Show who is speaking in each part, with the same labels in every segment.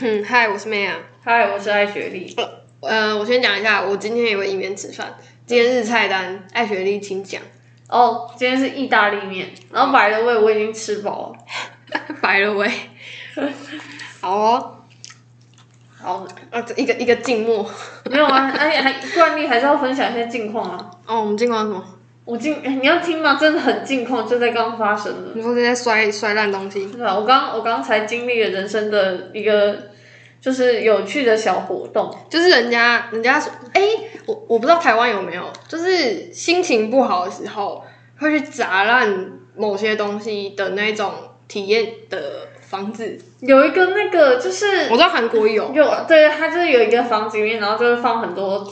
Speaker 1: 嗯，嗨，我是妹啊。
Speaker 2: 嗨，我是艾雪莉。
Speaker 1: 呃，我先讲一下，我今天也会一面吃饭。今天日菜单，艾雪莉请讲。
Speaker 2: 哦、今天是意大利面，然后白的味我已经吃饱了。
Speaker 1: 白了喂。好哦，
Speaker 2: 好，
Speaker 1: 啊，这一个一个静默。
Speaker 2: 没有啊，哎，还惯例还是要分享一下近况啊。
Speaker 1: 哦，我们进况什么？
Speaker 2: 我近，哎你要听吗？真的很近况，就在刚发生的。
Speaker 1: 你说这些摔摔烂东西？
Speaker 2: 对啊，我刚我刚才经历了人生的一个就是有趣的小活动。
Speaker 1: 就是人家人家说，哎、我我不知道台湾有没有，就是心情不好的时候会去砸烂某些东西的那种体验的房子。
Speaker 2: 有一个那个就是
Speaker 1: 我知道韩国有，
Speaker 2: 有，对，它就是有一个房子里面，然后就会放很多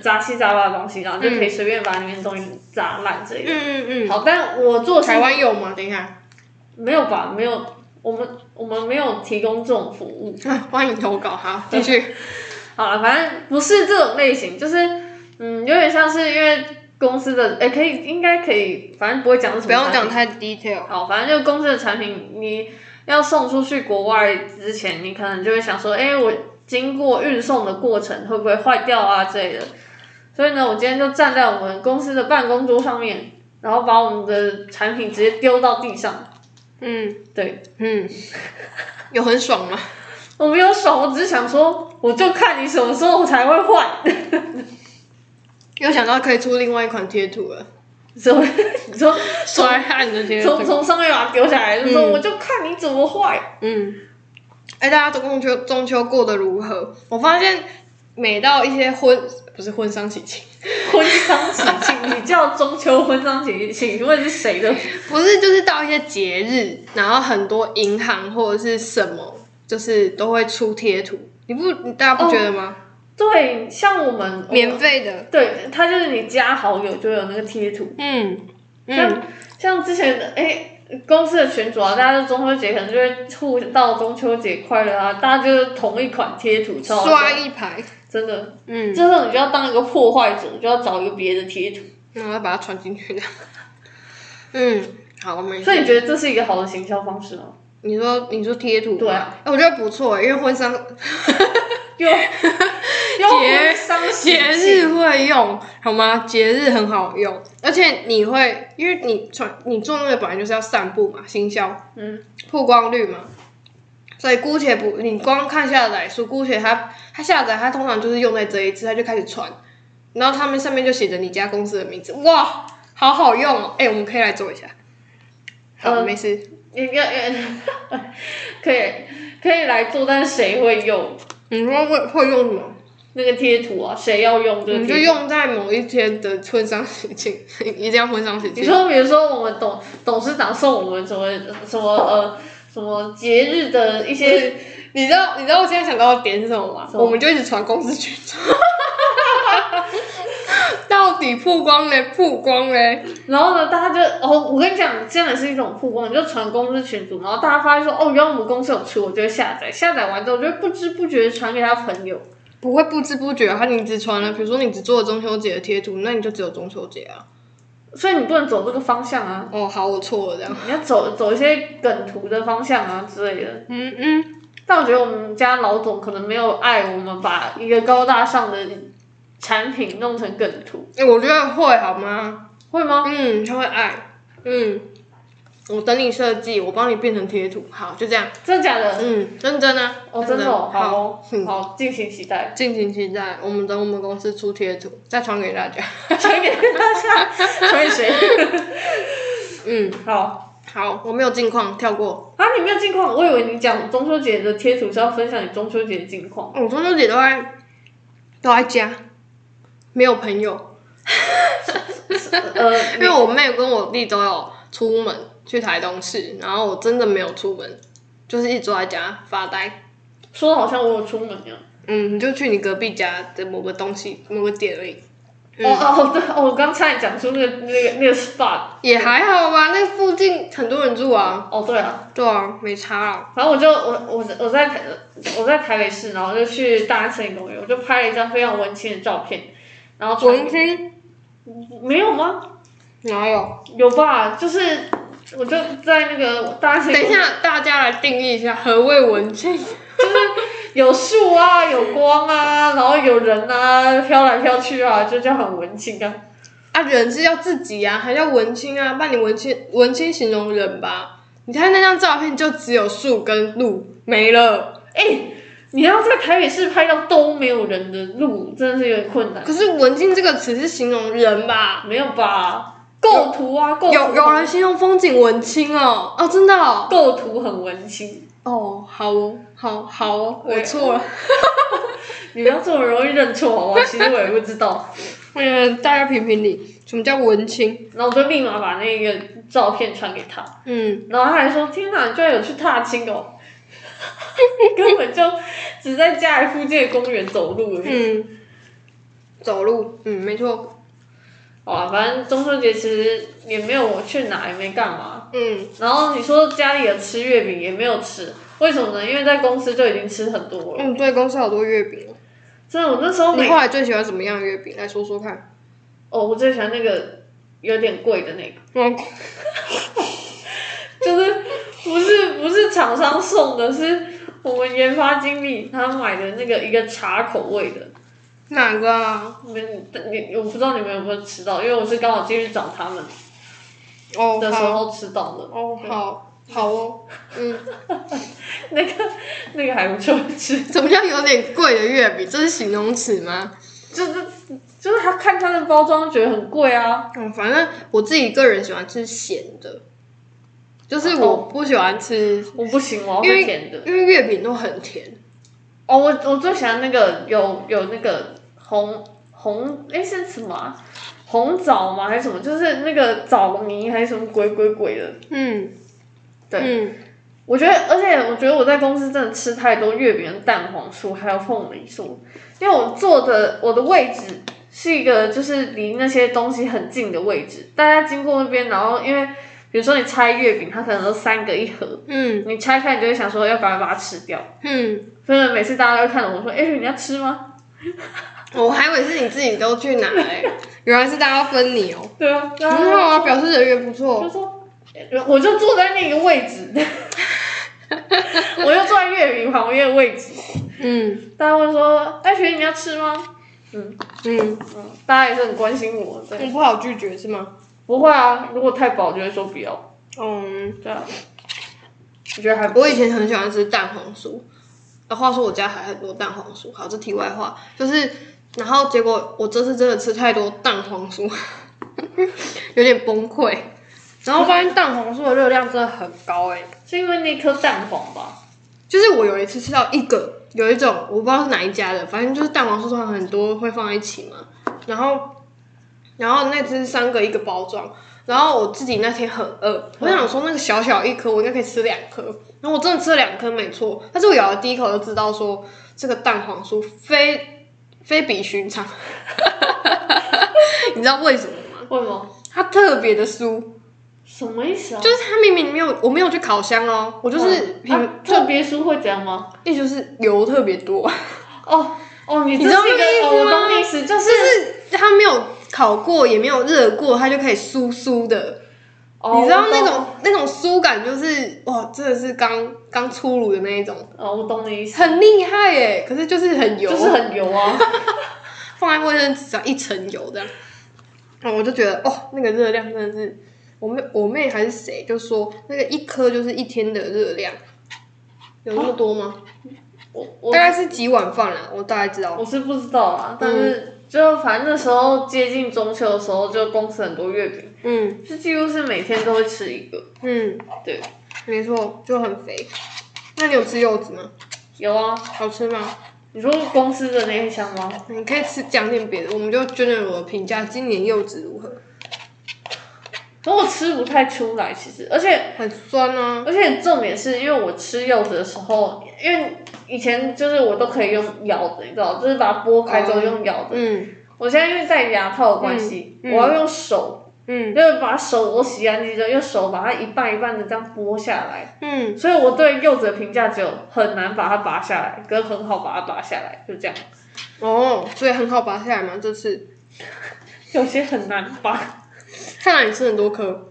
Speaker 2: 杂七杂八的东西，然后就可以随便把里面的东西砸烂之类
Speaker 1: 嗯
Speaker 2: 的。
Speaker 1: 嗯
Speaker 2: 好，但我做
Speaker 1: 嗯，
Speaker 2: 事
Speaker 1: 台湾有吗？等一下。
Speaker 2: 没有吧？没有，我们我们没有提供这种服务。
Speaker 1: 欢迎投稿，好，继续。
Speaker 2: 好了，反正不是这种类型，就是嗯，有点像是因为公司的，哎，可以应该可以，反正不会讲是什么。
Speaker 1: 不要讲。太 detail。
Speaker 2: 好，反正就公司的产品，你要送出去国外之前，你可能就会想说，哎，我经过运送的过程会不会坏掉啊之类的。所以呢，我今天就站在我们公司的办公桌上面，然后把我们的产品直接丢到地上。
Speaker 1: 嗯
Speaker 2: 对，
Speaker 1: 嗯，有很爽吗？
Speaker 2: 我没有爽，我只是想说，我就看你什么时候才会换。
Speaker 1: 又想到可以出另外一款贴图了，
Speaker 2: 什 么？你说
Speaker 1: 摔烂的贴
Speaker 2: 从
Speaker 1: 图。
Speaker 2: 从上面把它丢下来，就说、
Speaker 1: 嗯
Speaker 2: 我就看你怎么坏。
Speaker 1: 嗯，哎、大家中秋中秋过得如何？我发现每到一些婚不是婚丧喜庆，
Speaker 2: 婚丧喜庆，你叫中秋婚丧喜庆，请问是谁的？
Speaker 1: 不是就是到一些节日，然后很多银行或者是什么，就是都会出贴图。你不，你大家不觉得吗？
Speaker 2: 对，像我们
Speaker 1: 免费的，
Speaker 2: 对，他就是你加好友就有那个贴图，
Speaker 1: 嗯
Speaker 2: 像、像之前的哎。公司的群主啊，大家就中秋节可能就会互道中秋节快乐啊，大家就是同一款贴图，超好笑
Speaker 1: 刷一排，
Speaker 2: 真的，
Speaker 1: 嗯，
Speaker 2: 这时候你就要当一个破坏者，就要找一个别的贴图。
Speaker 1: 然后把它穿进 去的。嗯，好，没事。
Speaker 2: 所以你觉得这是一个好的行销方式 吗？
Speaker 1: 你说你说贴图吗，
Speaker 2: 对啊
Speaker 1: 哎我觉得不错，因为婚丧
Speaker 2: 又又伤心
Speaker 1: 节日会用好吗？节日很好用，而且你会因为你穿你做那个本来就是要散步嘛，行销
Speaker 2: 嗯，
Speaker 1: 曝光率嘛，所以姑且不你光看下载数，姑且它它下载它通常就是用在这一次，它就开始传，然后他们上面就写着你家公司的名字，哇，好好用哦！哎、我们可以来做一下。好，
Speaker 2: 呃
Speaker 1: 没事。
Speaker 2: 你要可以可以来做，但是谁会用
Speaker 1: 你说会会用什么？
Speaker 2: 那个贴图啊？谁要用这个
Speaker 1: 你就
Speaker 2: 贴图？
Speaker 1: 用在某一天的婚丧喜庆， 一定要婚丧喜
Speaker 2: 你
Speaker 1: 庆。
Speaker 2: 说，比如说我们董董事长送我们什么什么呃什么节日的一些，
Speaker 1: 你知道你知道我现在想到的点是什么吗？
Speaker 2: 什么
Speaker 1: 我们就一直传公司群 组，到底曝光嘞？曝光嘞？
Speaker 2: 然后呢，大家就哦，我跟你讲，这样也是一种曝光，你就传公司群组，然后大家发现说哦，原来我们公司有出，我就会下载，下载完之后，我就会不知不觉地传给他朋友。
Speaker 1: 不会不知不觉，他你只传啊了，比如说你只做了中秋节的贴图，那你就只有中秋节啊。
Speaker 2: 所以你不能走这个方向啊，
Speaker 1: 哦，好，我错了，这样。
Speaker 2: 你要走走一些梗图的方向啊之类的。
Speaker 1: 嗯嗯，
Speaker 2: 但我觉得我们家老总可能没有爱我们把一个高大上的产品弄成梗图，
Speaker 1: 哎、我觉得会好吗？
Speaker 2: 会吗？
Speaker 1: 嗯，他会爱。嗯，我等你设计，我帮你变成贴图。好，就这样。
Speaker 2: 真的假的？
Speaker 1: 嗯，认真啊，
Speaker 2: 哦，真的哦，好
Speaker 1: 好，
Speaker 2: 哦，好，敬请期待。
Speaker 1: 敬请期待。我们等我们公司出贴图，再传给大家。
Speaker 2: 传给大家， 传给谁？
Speaker 1: 嗯，
Speaker 2: 好
Speaker 1: 好，我没有近况，跳过。
Speaker 2: 啊，你没有近况，我以为你讲中秋节的贴图是要分享你中秋节的近况。
Speaker 1: 哦我中秋节都在都在家，没有朋友，
Speaker 2: 呃，
Speaker 1: 因为我妹跟我弟都有出门去台东市，然后我真的没有出门，就是一直坐在家发呆。
Speaker 2: 说得好像我有出门一样。
Speaker 1: 嗯，你就去你隔壁家的某个东西某个点而已，嗯
Speaker 2: 哦哦，对，哦，我刚差点讲出那个那个那个 spot。
Speaker 1: 也还好吧。那附近很多人住啊，
Speaker 2: 哦，对啊，
Speaker 1: 对啊，没差啊。
Speaker 2: 然后我就我我我在台我在台北市，然后就去大安森林公园，我就拍了一张非常文青的照片，然后传
Speaker 1: 文青
Speaker 2: 没有吗？
Speaker 1: 哪有？
Speaker 2: 有吧？就是我就在那个大安森
Speaker 1: 等一
Speaker 2: 林公园，
Speaker 1: 下，大家来定义一下何谓文青。
Speaker 2: 有树啊，有光啊，然后有人啊，飘来飘去啊，就这样很文青啊。
Speaker 1: 啊，人是要自己啊，还要文青啊，把你文青文青形容人吧。你看那张照片就只有树跟路没了，
Speaker 2: 哎、你要在台北市拍到都没有人的路，真的是有点困难。
Speaker 1: 可是文青这个词是形容人吧？
Speaker 2: 没有吧？构图啊，构图
Speaker 1: 有有人形容风景文青哦，哦，真的哦，
Speaker 2: 构图很文青，
Speaker 1: 哦，好哦，好好哦，我
Speaker 2: 对
Speaker 1: 错了，
Speaker 2: 你不要这么容易认错好不好？其实我也不知道。
Speaker 1: 嗯，大家评评理，什么叫文青？
Speaker 2: 然后我就立马把那个照片传给他，
Speaker 1: 嗯，
Speaker 2: 然后他还说：“天哪，你居然有去踏青哦！” 根本就只在家里附近的公园走路而已。
Speaker 1: 嗯，走路，嗯，没错，
Speaker 2: 哇，啊反正中秋节其实也没有我去哪，也没干嘛。
Speaker 1: 嗯，
Speaker 2: 然后你说家里有吃月饼也没有吃，为什么呢？因为在公司就已经吃很多了。
Speaker 1: 嗯，对，公司好多月饼哦。
Speaker 2: 真的，我那时候
Speaker 1: 你
Speaker 2: 每
Speaker 1: 后来最喜欢什么样的月饼？来说说看。
Speaker 2: 哦，我最喜欢那个有点贵的那个，
Speaker 1: 嗯，
Speaker 2: 就是不是不是厂商送的，是我们研发经理他买的那个一个茶口味的。
Speaker 1: 哪个啊？
Speaker 2: 你们你我不知道你们有没有吃到，因为我是刚好进去找他们
Speaker 1: 哦，
Speaker 2: 的时
Speaker 1: 好，
Speaker 2: 候吃到的。
Speaker 1: 哦，好，好哦， 嗯，
Speaker 2: 那个那个还不错吃，
Speaker 1: 怎么样？有点贵的月饼，这是形容词吗？
Speaker 2: 就是就是他看它的包装觉得很贵啊。
Speaker 1: 嗯，反正我自己个人喜欢吃咸的，就是我不喜欢吃，
Speaker 2: 我不行，我要
Speaker 1: 因为
Speaker 2: 吃甜的。
Speaker 1: 因为月饼都很甜。
Speaker 2: 哦，我我最喜欢那个有有那个红红诶是什么、啊？红枣吗？还是什么？就是那个枣泥还是什么鬼鬼鬼的？
Speaker 1: 嗯，
Speaker 2: 对
Speaker 1: 嗯，
Speaker 2: 我觉得，而且我觉得我在公司真的吃太多月饼、蛋黄酥还有凤梨酥，因为我坐的我的位置是一个就是离那些东西很近的位置，大家经过那边，然后因为比如说你拆月饼，它可能都三个一盒，
Speaker 1: 嗯，
Speaker 2: 你拆开你就会想说要赶快把它吃掉，
Speaker 1: 嗯，
Speaker 2: 所以每次大家都会看着我说：“哎、你要吃吗
Speaker 1: 哦我还以为是你自己都去拿欸，原来是大家分你哦。？”
Speaker 2: 对啊，然
Speaker 1: 很好
Speaker 2: 后
Speaker 1: 啊，表示人缘不
Speaker 2: 我就
Speaker 1: 错。
Speaker 2: 说，我就坐在那个位置， 我就坐在月饼旁边的位置，
Speaker 1: 嗯
Speaker 2: 大家会说：“哎、学姐你要吃吗？”
Speaker 1: 嗯，
Speaker 2: 嗯，大家也是很关心我，对，
Speaker 1: 你不好拒绝是吗？
Speaker 2: 不会啊，如果太饱就会说不要，
Speaker 1: 嗯。
Speaker 2: 对啊，我觉得还不
Speaker 1: 我以前很喜欢吃蛋黄酥，啊，话说我家还很多蛋黄酥。好，这题外话，就是，然后结果我这次真的吃太多蛋黄酥， 有点崩溃。然后发现蛋黄酥的热量真的很高哎、
Speaker 2: 是因为那颗蛋黄吧，
Speaker 1: 就是我有一次吃到一个，有一种我不知道是哪一家的，反正就是蛋黄酥通常很多会放在一起嘛，然后，然后那只是三个一个包装，然后我自己那天很饿，我想说那个小小一颗我应该可以吃两颗，然后我真的吃了两颗没错，但是我咬了第一口就知道说这个蛋黄酥非非比寻常，你知道为什么吗？
Speaker 2: 为什么？
Speaker 1: 它特别的酥，
Speaker 2: 什么意思啊？
Speaker 1: 就是它明明没有我没有去烤箱哦，我就是
Speaker 2: 嗯
Speaker 1: 平
Speaker 2: 啊、特别酥会怎样吗？
Speaker 1: 也就是油特别多。
Speaker 2: 哦哦，你
Speaker 1: 你
Speaker 2: 这
Speaker 1: 知道
Speaker 2: 是一
Speaker 1: 那个意
Speaker 2: 个
Speaker 1: 思
Speaker 2: 哦，我
Speaker 1: 吗
Speaker 2: 懂你意思，就
Speaker 1: 就
Speaker 2: 是
Speaker 1: 是它没有烤过，也没有热过，它就可以酥酥的。
Speaker 2: 哦
Speaker 1: 你知道
Speaker 2: 我懂
Speaker 1: 那种那种酥感，就是哇，真的是刚刚出炉的那一种，
Speaker 2: 哦，我懂你意思，
Speaker 1: 很厉害耶！可是就是很油，
Speaker 2: 就是很 油啊，
Speaker 1: 放在卫生纸上一层油这样。然后我就觉得哦，那个热量真的是，我妹我妹还是谁就说那个一颗就是一天的热量，有那么多吗？
Speaker 2: 我我
Speaker 1: 大概是几碗饭啦，我大概知道。
Speaker 2: 我是不知道啊，但
Speaker 1: 嗯
Speaker 2: 是就反正那时候接近中秋的时候，就公司很多月饼，
Speaker 1: 嗯
Speaker 2: 就几乎是每天都会吃一个，
Speaker 1: 嗯，
Speaker 2: 对，
Speaker 1: 没错，就很肥。那你有吃柚子吗？
Speaker 2: 有啊，
Speaker 1: 好吃吗？
Speaker 2: 你说公司的那一箱吗？
Speaker 1: 你可以吃讲点别的，我们就 general 的评价今年柚子如何？
Speaker 2: 可我吃不太出来，其实，而且
Speaker 1: 很酸啊，
Speaker 2: 而且重点是因为我吃柚子的时候，因为以前就是我都可以用咬的，你知道，就是把它剥开之后
Speaker 1: 哦
Speaker 2: 用咬的。
Speaker 1: 嗯
Speaker 2: 我现在因为戴牙套的关系，
Speaker 1: 嗯嗯
Speaker 2: 我要用手，
Speaker 1: 嗯
Speaker 2: 就是把手我洗干净之后，用手把它一半一半的这样剥下来。
Speaker 1: 嗯，
Speaker 2: 所以我对柚子的评价只有很难把它拔下来，跟很好把它拔下来，就这样。
Speaker 1: 哦，所以很好拔下来嘛，这次
Speaker 2: 有些很难拔，
Speaker 1: 看来你吃很多颗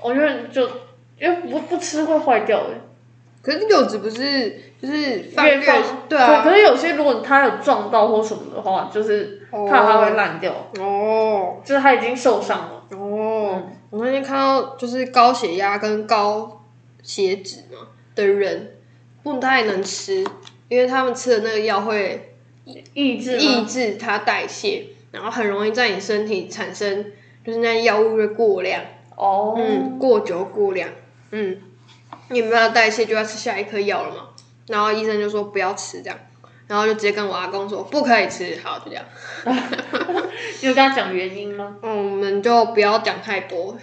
Speaker 2: 我觉得就因为不不吃会坏掉的。欸
Speaker 1: 可是柚子不是就是放
Speaker 2: 越放
Speaker 1: 对啊，
Speaker 2: 可是有些如果它有撞到或什么的话，就是怕它会烂掉，
Speaker 1: 哦
Speaker 2: 就是它已经受伤了。
Speaker 1: 哦，我那天看到就是高血压跟高血脂嘛的人不太能吃，因为他们吃的那个药会
Speaker 2: 抑制
Speaker 1: 抑
Speaker 2: 吗？
Speaker 1: 制它代谢，然后很容易在你身体产生就是那药物会过量，
Speaker 2: 哦，
Speaker 1: 嗯，过久过量，嗯，你没有代谢就要吃下一颗药了嘛。然后医生就说不要吃这样，然后就直接跟我阿公说不可以吃，好就这样。
Speaker 2: 你有跟他讲原因吗？
Speaker 1: 嗯，我们就不要讲太多，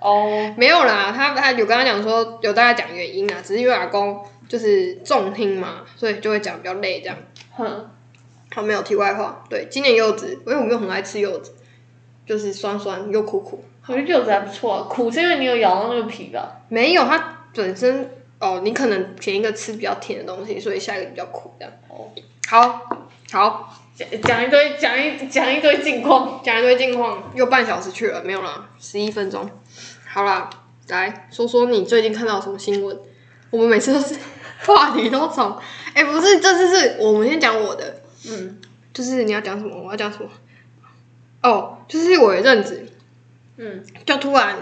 Speaker 2: 哦，
Speaker 1: 没有啦，他他有跟他讲说有大概讲原因啊，只是因为阿公就是重听嘛，所以就会讲比较累这样。
Speaker 2: 哼，
Speaker 1: 好，没有题外话，对，今年柚子，因为我们又很爱吃柚子，就是酸酸又苦苦，
Speaker 2: 我觉得柚子还不错、啊，苦是因为你有咬到那个皮吧？
Speaker 1: 没有它本身哦，你可能前一个吃比较甜的东西，所以下一个比较苦这样。
Speaker 2: 哦，
Speaker 1: 好，好，
Speaker 2: 讲讲一堆，讲一讲一堆近况。
Speaker 1: 讲一堆近况，又半小时去了，没有啦，十一分钟。好啦，来说说你最近看到什么新闻？我们每次都是话题都从， 哎、不是，这次是我们先讲我的，
Speaker 2: 嗯
Speaker 1: 就是你要讲什么，我要讲什么。哦，就是我有一阵子
Speaker 2: 嗯
Speaker 1: 就突然，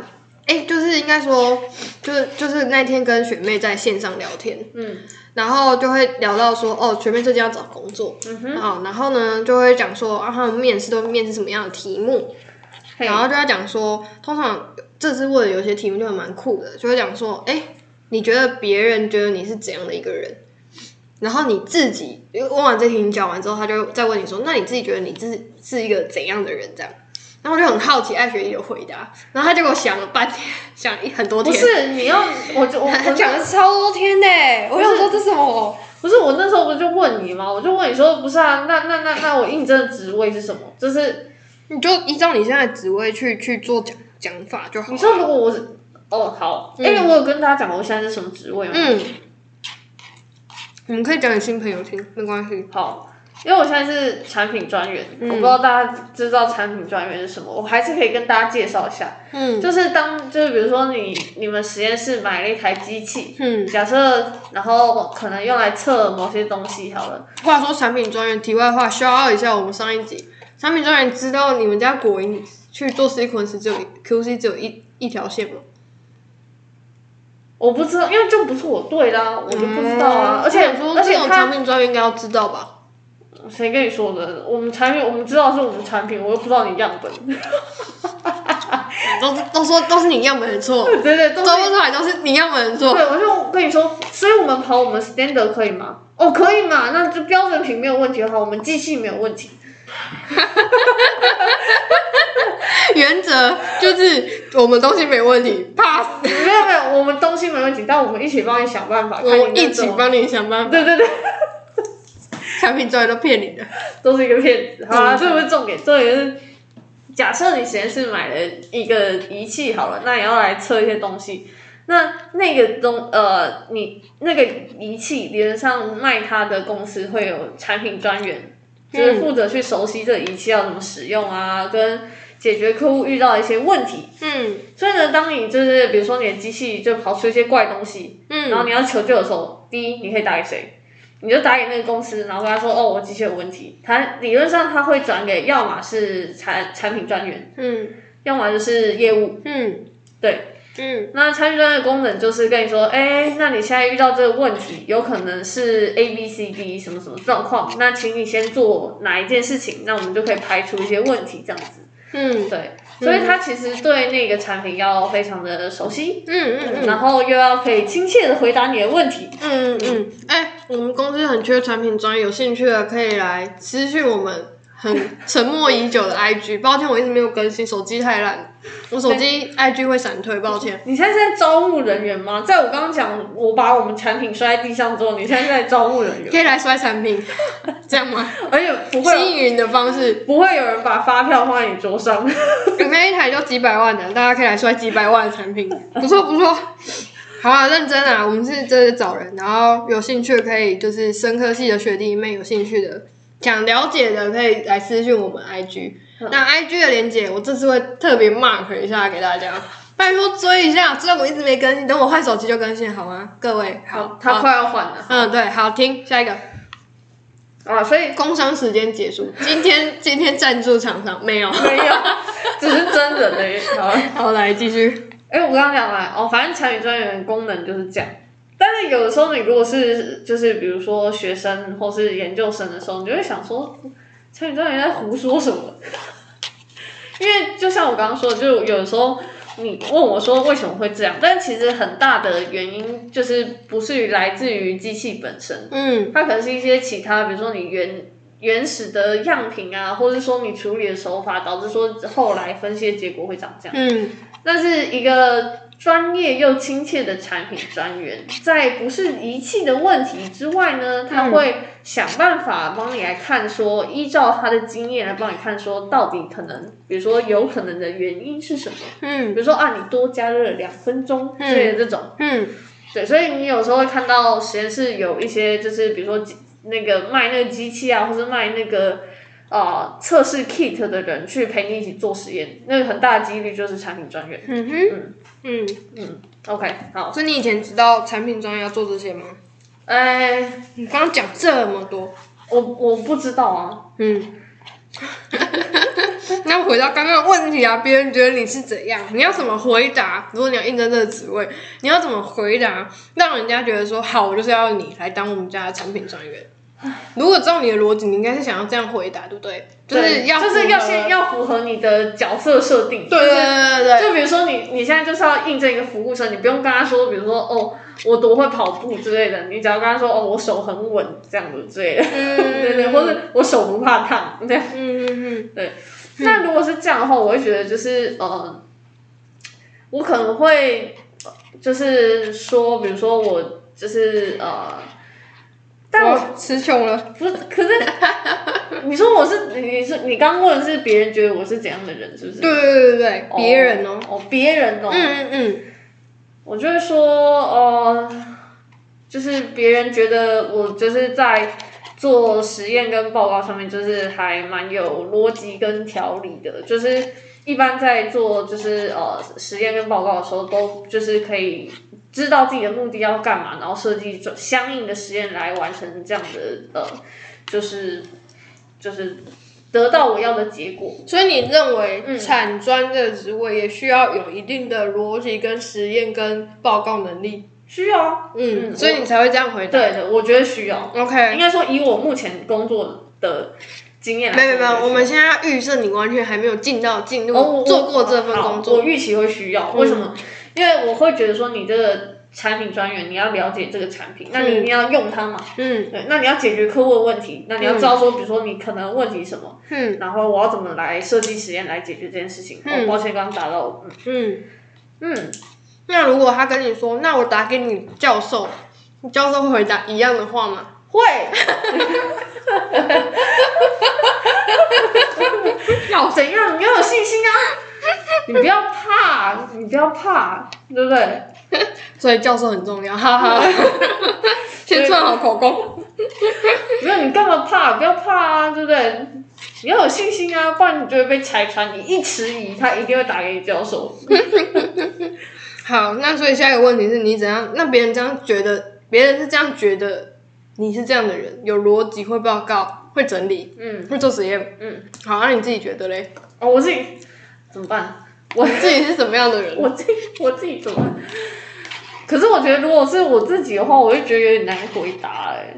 Speaker 1: 哎、就是应该说，就是就是那天跟学妹在线上聊天，
Speaker 2: 嗯
Speaker 1: 然后就会聊到说，哦，学妹最近要找工作，
Speaker 2: 嗯哼，
Speaker 1: 哦，然后呢就会讲说，啊，他们面试都面试什么样的题目，
Speaker 2: 嘿
Speaker 1: 然后就要讲说，通常这次问的有些题目就还蛮酷的，就会讲说，哎、你觉得别人觉得你是怎样的一个人？然后你自己因为问完这题，你讲完之后，他就再问你说，那你自己觉得你自是一个怎样的人？这样，然后我就很好奇艾雪莉的回答，然后他结果想了半天，想一很多
Speaker 2: 不
Speaker 1: 天，
Speaker 2: 是你 要，我就我
Speaker 1: 他
Speaker 2: 我
Speaker 1: 讲了超多天呢、我想说这是什么？
Speaker 2: 不是我那时候不就问你吗？我就问你说不是啊，那那那那我应征的职位是什么？就是
Speaker 1: 你就依照你现在的职位去去做讲讲法就好了。
Speaker 2: 你说如果我是哦好，
Speaker 1: 嗯
Speaker 2: 哎、我有跟大家讲我现在是什么职位吗？
Speaker 1: 嗯，你们可以讲给新朋友听，没关系。
Speaker 2: 好，因为我现在是产品专员，我不知道
Speaker 1: 嗯
Speaker 2: 大家知道产品专员是什么，我还是可以跟大家介绍一下。
Speaker 1: 嗯
Speaker 2: 就是当就是比如说你你们实验室买了一台机器，
Speaker 1: 嗯，
Speaker 2: 假设然后可能用来测某些东西好了，
Speaker 1: 话说产品专员，题外话，消耗一下我们上一集。产品专员知道你们家果蝇去做 sequence 只有一 QC 只有一一条线吗？
Speaker 2: 我不知道，因为就不是我对啦，我就不知道啊，
Speaker 1: 嗯
Speaker 2: 而且
Speaker 1: 我想说
Speaker 2: 而且
Speaker 1: 这种产
Speaker 2: 他
Speaker 1: 品专员应该要知道吧？
Speaker 2: 谁跟你说的？我们产品我们知道是我们产品，我又不知道你样 本，
Speaker 1: 都是都说都是你样本的错，
Speaker 2: 对对对，
Speaker 1: 都
Speaker 2: 都是
Speaker 1: 说出来都是你样本的错。
Speaker 2: 对，我就跟你说，所以我们跑我们 standard 可以吗？哦，可以嘛，那就标准品没有问题的话，我们机器没有问题。
Speaker 1: 原则就是我们东西没问题，pass。
Speaker 2: 没有没有，我们东西没问题，但我们一起帮你想办法，看
Speaker 1: 我
Speaker 2: 你
Speaker 1: 一
Speaker 2: 能怎
Speaker 1: 起
Speaker 2: 么。
Speaker 1: 帮你想办法，
Speaker 2: 对对对，
Speaker 1: 产品专员都骗你的。
Speaker 2: 都是一个骗子。好
Speaker 1: 嗯
Speaker 2: 了，这不是重点，重点是，假设你实验室买了一个仪器好了，那也要来测一些东西。那那个东呃，你那个仪器理论上卖它的公司会有产品专员，就是负责去熟悉这个仪器要怎么使用啊，跟解决客户遇到的一些问题。
Speaker 1: 嗯
Speaker 2: 所以呢，当你就是比如说你的机器就跑出一些怪东西，
Speaker 1: 嗯，
Speaker 2: 然后你要求救的时候，第一你可以打给谁？你就打给那个公司，然后跟他说：“哦，我机器有问题。”他理论上他会转给，要么是产产品专员，
Speaker 1: 嗯
Speaker 2: 要么就是业务。
Speaker 1: 嗯，
Speaker 2: 对，
Speaker 1: 嗯
Speaker 2: 那产品专员的功能就是跟你说：“哎，那你现在遇到这个问题，有可能是 A、B、C、D 什么什么状况，那请你先做哪一件事情，那我们就可以排除一些问题，这样子。”
Speaker 1: 嗯
Speaker 2: 对，所以他其实对那个产品要非常的熟悉，
Speaker 1: 嗯嗯
Speaker 2: 然后又要可以亲切的回答你的问题。
Speaker 1: 嗯嗯，哎，我们公司很缺产品专员，有兴趣的可以来私讯我们。很沉默已久的 IG，抱歉，我一直没有更新，手机太烂，我手机 IG 会闪退，抱歉。
Speaker 2: 你现在是在招募人员吗？在我刚刚讲我把我们产品摔在地上之后，你现在是在招募人员
Speaker 1: 可，以来摔产品，这样 吗？
Speaker 2: 而且不会
Speaker 1: 吸引你的方式，
Speaker 2: 不会有人把发票放在你桌上。
Speaker 1: 有那一台就几百万的，大家可以来摔几百万的产品，不错不错。好啊，认真啊，我们是这是找人，然后有兴趣的可以就是生科系的学弟妹，有兴趣的想了解的可以来
Speaker 2: 嗯
Speaker 1: 私讯我们 IG。那 IG 的连接，我这次会特别 mark 一下给大家。拜托追一下，虽然我一直没更新，等我换手机就更新好吗？各位，好，
Speaker 2: 嗯他快要换了。
Speaker 1: 嗯，对，好，听下一个。
Speaker 2: 啊，所 以
Speaker 1: 工商时间结束，今天今天赞助厂商没有，
Speaker 2: 没有，只是真人的好啊。
Speaker 1: 好，来继续。
Speaker 2: 哎、我刚刚讲了哦，反正产品专员的功能就是这样。但是有的时候，你如果是就是比如说学生或是研究生的时候，你就会想说，产品专员在胡说什么？ 因为就像我刚刚说的，就有的时候你问我说为什么会这样，但其实很大的原因就是不是来自于机器本身，
Speaker 1: 嗯，
Speaker 2: 它可能是一些其他，比如说你原原始的样品啊，或者说你处理的手法，导致说后来分析的结果会长这样。
Speaker 1: 嗯，
Speaker 2: 但是一个专业又亲切的产品专员，在不是仪器的问题之外呢，他会想办法帮你来看说，依照他的经验来帮你看说，到底可能，比如说有可能的原因是什么？比
Speaker 1: 嗯
Speaker 2: 如说啊，你多加热两分钟之类的这种。
Speaker 1: 嗯
Speaker 2: 对，所以你有时候会看到实验室有一些，就是比如说机那个卖那个机器啊，或者卖那个呃测试 kit 的人去陪你一起做实验，那个很大的几率就是产品专员。
Speaker 1: 嗯
Speaker 2: 嗯
Speaker 1: 哼，嗯，
Speaker 2: OK，好，
Speaker 1: 所以你以前知道产品专业要做这些吗？
Speaker 2: 哎，
Speaker 1: 你刚刚讲这么多，
Speaker 2: 我我不知道啊，
Speaker 1: 嗯。那回到刚刚的问题啊，别人觉得你是怎样？你要怎么回答？如果你要应征这个职位，你要怎么回答，让人家觉得说好，我就是要你来当我们家的产品专员？如果照你的逻辑，你应该是想要这样回答，对不对？就是
Speaker 2: 对
Speaker 1: 要
Speaker 2: 就是要
Speaker 1: 符合
Speaker 2: 先要符合你的角色设定，
Speaker 1: 对
Speaker 2: 就是
Speaker 1: 对对对对，
Speaker 2: 就比如说你，你现在就是要应征一个服务生，你不用跟他说，比如说哦，我多会跑步之类的，你只要跟他说哦，我手很稳这样子之类的，对对，或者我手不怕烫这样。
Speaker 1: 嗯嗯
Speaker 2: 那如果是这样的话，我会觉得就是呃，我可能会呃就是说，比如说我就是呃，但
Speaker 1: 嗯，
Speaker 2: 我
Speaker 1: 我词穷了，
Speaker 2: 不是， 可是你说我是你你是你刚问的是别人觉得我是怎样的人，是不是？
Speaker 1: 对对对对对，别人哦，
Speaker 2: 哦，别人哦，
Speaker 1: 嗯嗯
Speaker 2: 我就会说，呃，就是别人觉得我就是在做实验跟报告上面，就是还蛮有逻辑跟条理的，就是一般在做就是呃实验跟报告的时候，都就是可以知道自己的目的要干嘛，然后设计就相应的实验来完成这样的呃，就是就是得到我要的结果。
Speaker 1: 嗯，所以你认为
Speaker 2: 嗯
Speaker 1: 产专这个职位也需要有一定的逻辑、跟实验、跟报告能力，
Speaker 2: 需要啊，
Speaker 1: 嗯，
Speaker 2: 嗯
Speaker 1: 所以你才会这样回答。
Speaker 2: 对的，我觉得需要。
Speaker 1: OK，
Speaker 2: 应该说以我目前工作的经验来
Speaker 1: 没有
Speaker 2: 说，
Speaker 1: 没
Speaker 2: 觉得
Speaker 1: 有，
Speaker 2: 需
Speaker 1: 我们
Speaker 2: 要
Speaker 1: 现在要预设你完全还没有进到进
Speaker 2: 哦我
Speaker 1: 入做过这份工
Speaker 2: 好我
Speaker 1: 作，嗯
Speaker 2: 预期会需要，为什么？因为我会觉得说你这个产品专员，你要了解这个产品，那你一定要用它嘛。
Speaker 1: 嗯
Speaker 2: 对，那你要解决客户的问题，那你要知道说，比如说你可能问题什么，
Speaker 1: 嗯
Speaker 2: 然后我要怎么来设计实验来解决这件事情。
Speaker 1: 嗯
Speaker 2: 哦，抱歉，刚刚打到我，
Speaker 1: 嗯。
Speaker 2: 嗯嗯，
Speaker 1: 那如果他跟你说，那我打给你教授，你教授会回答一样的话吗？
Speaker 2: 会，
Speaker 1: 要
Speaker 2: 怎样？你要有信心啊！你不要怕，你不要怕，对不对？
Speaker 1: 所以教授很重要，哈哈。 先算好口供。
Speaker 2: 没有，你干嘛怕？不要怕啊，对不对？你要有信心啊，不然你就会被拆穿。你一迟疑，他一定会打给你教授。
Speaker 1: 好，那所以下一个问题是你怎样？那别人这样觉得，别人是这样觉得，你是这样的人，有逻辑，会报告，会整理，
Speaker 2: 嗯
Speaker 1: 会做实验。
Speaker 2: 嗯，
Speaker 1: 好，那你自己觉得嘞？
Speaker 2: 哦，我自己怎么办？我
Speaker 1: 你自己是什么样的人？
Speaker 2: 我自己我自己怎么办？可是我觉得，如果是我自己的话，我会觉得有点难回答哎、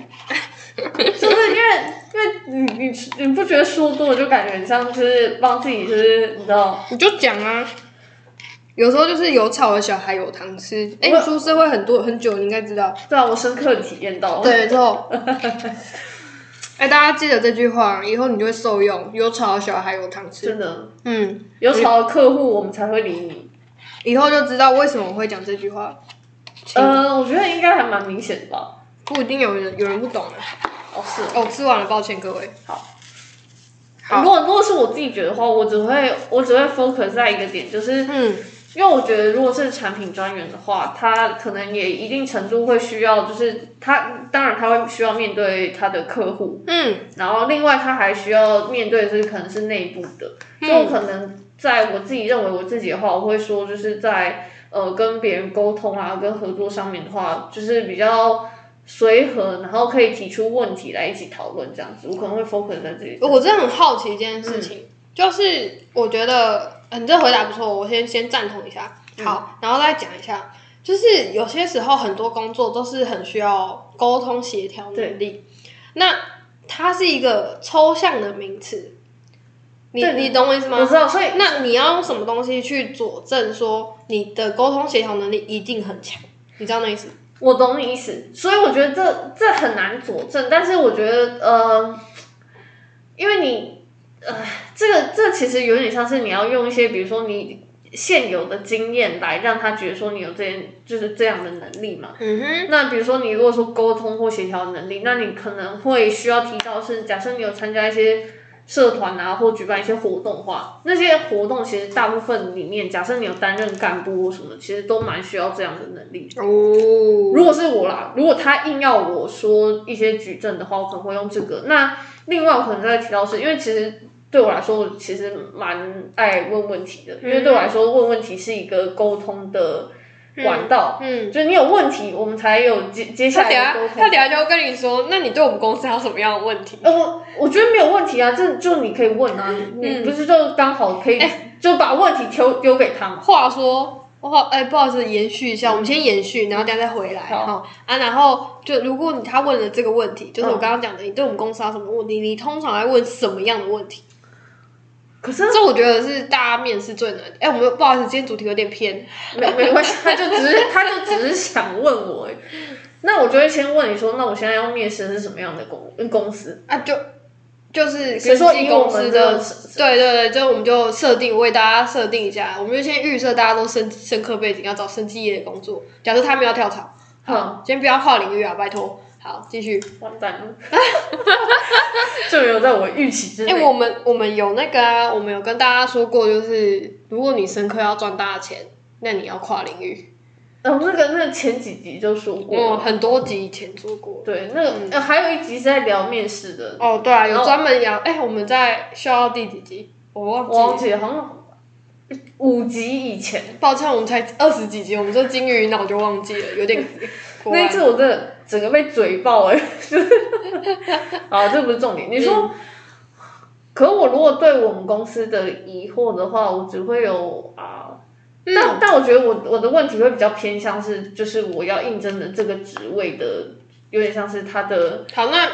Speaker 2: 就是因为因为你你你不觉得说多了就感觉很像就是帮自己就是你知道
Speaker 1: 你就讲啊。有时候就是有草的小孩有糖吃。哎、
Speaker 2: 我
Speaker 1: 你出社会很多很久，你应该知道。
Speaker 2: 对啊，我深刻地体验到
Speaker 1: 对，没 错。哎、大家记得这句话，啊以后你就会受用。有草的小孩有糖吃。
Speaker 2: 真的
Speaker 1: 嗯，
Speaker 2: 有吵的客户，我们才会理你。
Speaker 1: 以后就知道为什么我会讲这句话。
Speaker 2: 呃，我觉得应该还蛮明显的吧。
Speaker 1: 不一定有人有人不懂啊。
Speaker 2: 哦，是哦。
Speaker 1: 哦，吃完了，抱歉各位。好
Speaker 2: 如果如果是我自己觉得的话，我只会我只会 focus 在一个点，就是
Speaker 1: 嗯
Speaker 2: 因为我觉得如果是产品专员的话，他可能也一定程度会需要，就是他当然他会需要面对他的客户，
Speaker 1: 嗯
Speaker 2: 然后另外他还需要面对的是可能是内部的，就可能在我自己认为我自己的话，我会说就是在呃跟别人沟通啊，跟合作上面的话，就是比较随和，然后可以提出问题来一起讨论这样子。我可能会 focus 在这里。
Speaker 1: 我真的很好奇一件事情，就是我觉得，嗯，你这回答不错，我先先赞同一下，好，然后再讲一下，就是有些时候很多工作都是很需要沟通协调能力，那它是一个抽象的名词，你
Speaker 2: 对
Speaker 1: 你懂我意思吗
Speaker 2: 我？知道，所以
Speaker 1: 那你要用什么东西去佐证说你的沟通协调能力一定很强？你知道那意思？
Speaker 2: 我懂你意思，所以我觉得这这很难佐证，但是我觉得呃，因为你呃，这个这其实有点像是你要用一些，比如说你现有的经验来让他觉得说你有这件就是这样的能力嘛。
Speaker 1: 嗯哼，
Speaker 2: 那比如说，你如果说沟通或协调能力，那你可能会需要提到是，假设你有参加一些社团啊，或举办一些活动的话，那些活动其实大部分里面，假设你有担任干部或什么，其实都蛮需要这样的能力。
Speaker 1: 哦，
Speaker 2: 如果是我啦，如果他硬要我说一些举证的话，我可能会用这个。那另外我可能再提到是，因为其实对我来说，我其实蛮爱问问题的，因为对我来说，问问题是一个沟通的管道。
Speaker 1: 嗯，啊
Speaker 2: 就是你有问题，我们才有接接下
Speaker 1: 他等
Speaker 2: 来
Speaker 1: 下
Speaker 2: 的沟
Speaker 1: 他
Speaker 2: 通
Speaker 1: 等。下就要跟你说，那你对我们公司还有什么样的问题？
Speaker 2: 呃，我我觉得没有问题啊，这就你可以问啊，你不是就刚好可以、就把问题丢丢给他嘛？
Speaker 1: 话说，话哎、不好意思，延续一下，我们先延续，然后等下再回来哈、
Speaker 2: 好
Speaker 1: 哦啊。然后就如果你他问了这个问题，就是我刚刚讲的，你对我们公司还有什么问题？你通常会问什么样的问题？
Speaker 2: 可是
Speaker 1: 这我觉得是大家面试最难。哎、我们不好意思，今天主题有点偏。
Speaker 2: 没没关系，他就只是他就只是想问我而已。那我就会先问你说，那我现在要面试的是什么样的公呃公司？
Speaker 1: 啊，就就是
Speaker 2: 比如说以我
Speaker 1: 公
Speaker 2: 们
Speaker 1: 司
Speaker 2: 的
Speaker 1: 的，对对对，就我们就设定为大家设定一下，我们就先预设大家都生生科背景，要找生技业的工作。假设他们要跳槽，
Speaker 2: 好，
Speaker 1: 先不要跨领域啊，拜托。好，继续。
Speaker 2: 完蛋了， 就没有在我预期之内。
Speaker 1: 哎、我们我们有那个啊，我们有跟大家说过，就是如果你生科要赚大钱，那你要跨领域。
Speaker 2: 呃，那个那个前几集就说过
Speaker 1: 嗯，
Speaker 2: 了，
Speaker 1: 很多集以前做过。
Speaker 2: 对，那个、呃还有一集是在聊面试的，
Speaker 1: 哦，对啊，
Speaker 2: 然
Speaker 1: 有
Speaker 2: 后
Speaker 1: 专门养。哎、我们在笑到第几集？我哦忘记
Speaker 2: 我忘
Speaker 1: 了。
Speaker 2: 记了好像五集以前。
Speaker 1: 抱歉，我们才二十几集，我们这金鱼脑就忘记了，有 点。果
Speaker 2: 那一
Speaker 1: 然
Speaker 2: 次我真的整个被嘴爆哎、欸， 好，这不是重点。你说，可我如果对我们公司的疑惑的话，我只会有啊，
Speaker 1: 嗯
Speaker 2: 但但我觉得我我的问题会比较偏向是，就是我要应征的这个职位的，有点像是他的
Speaker 1: 好，那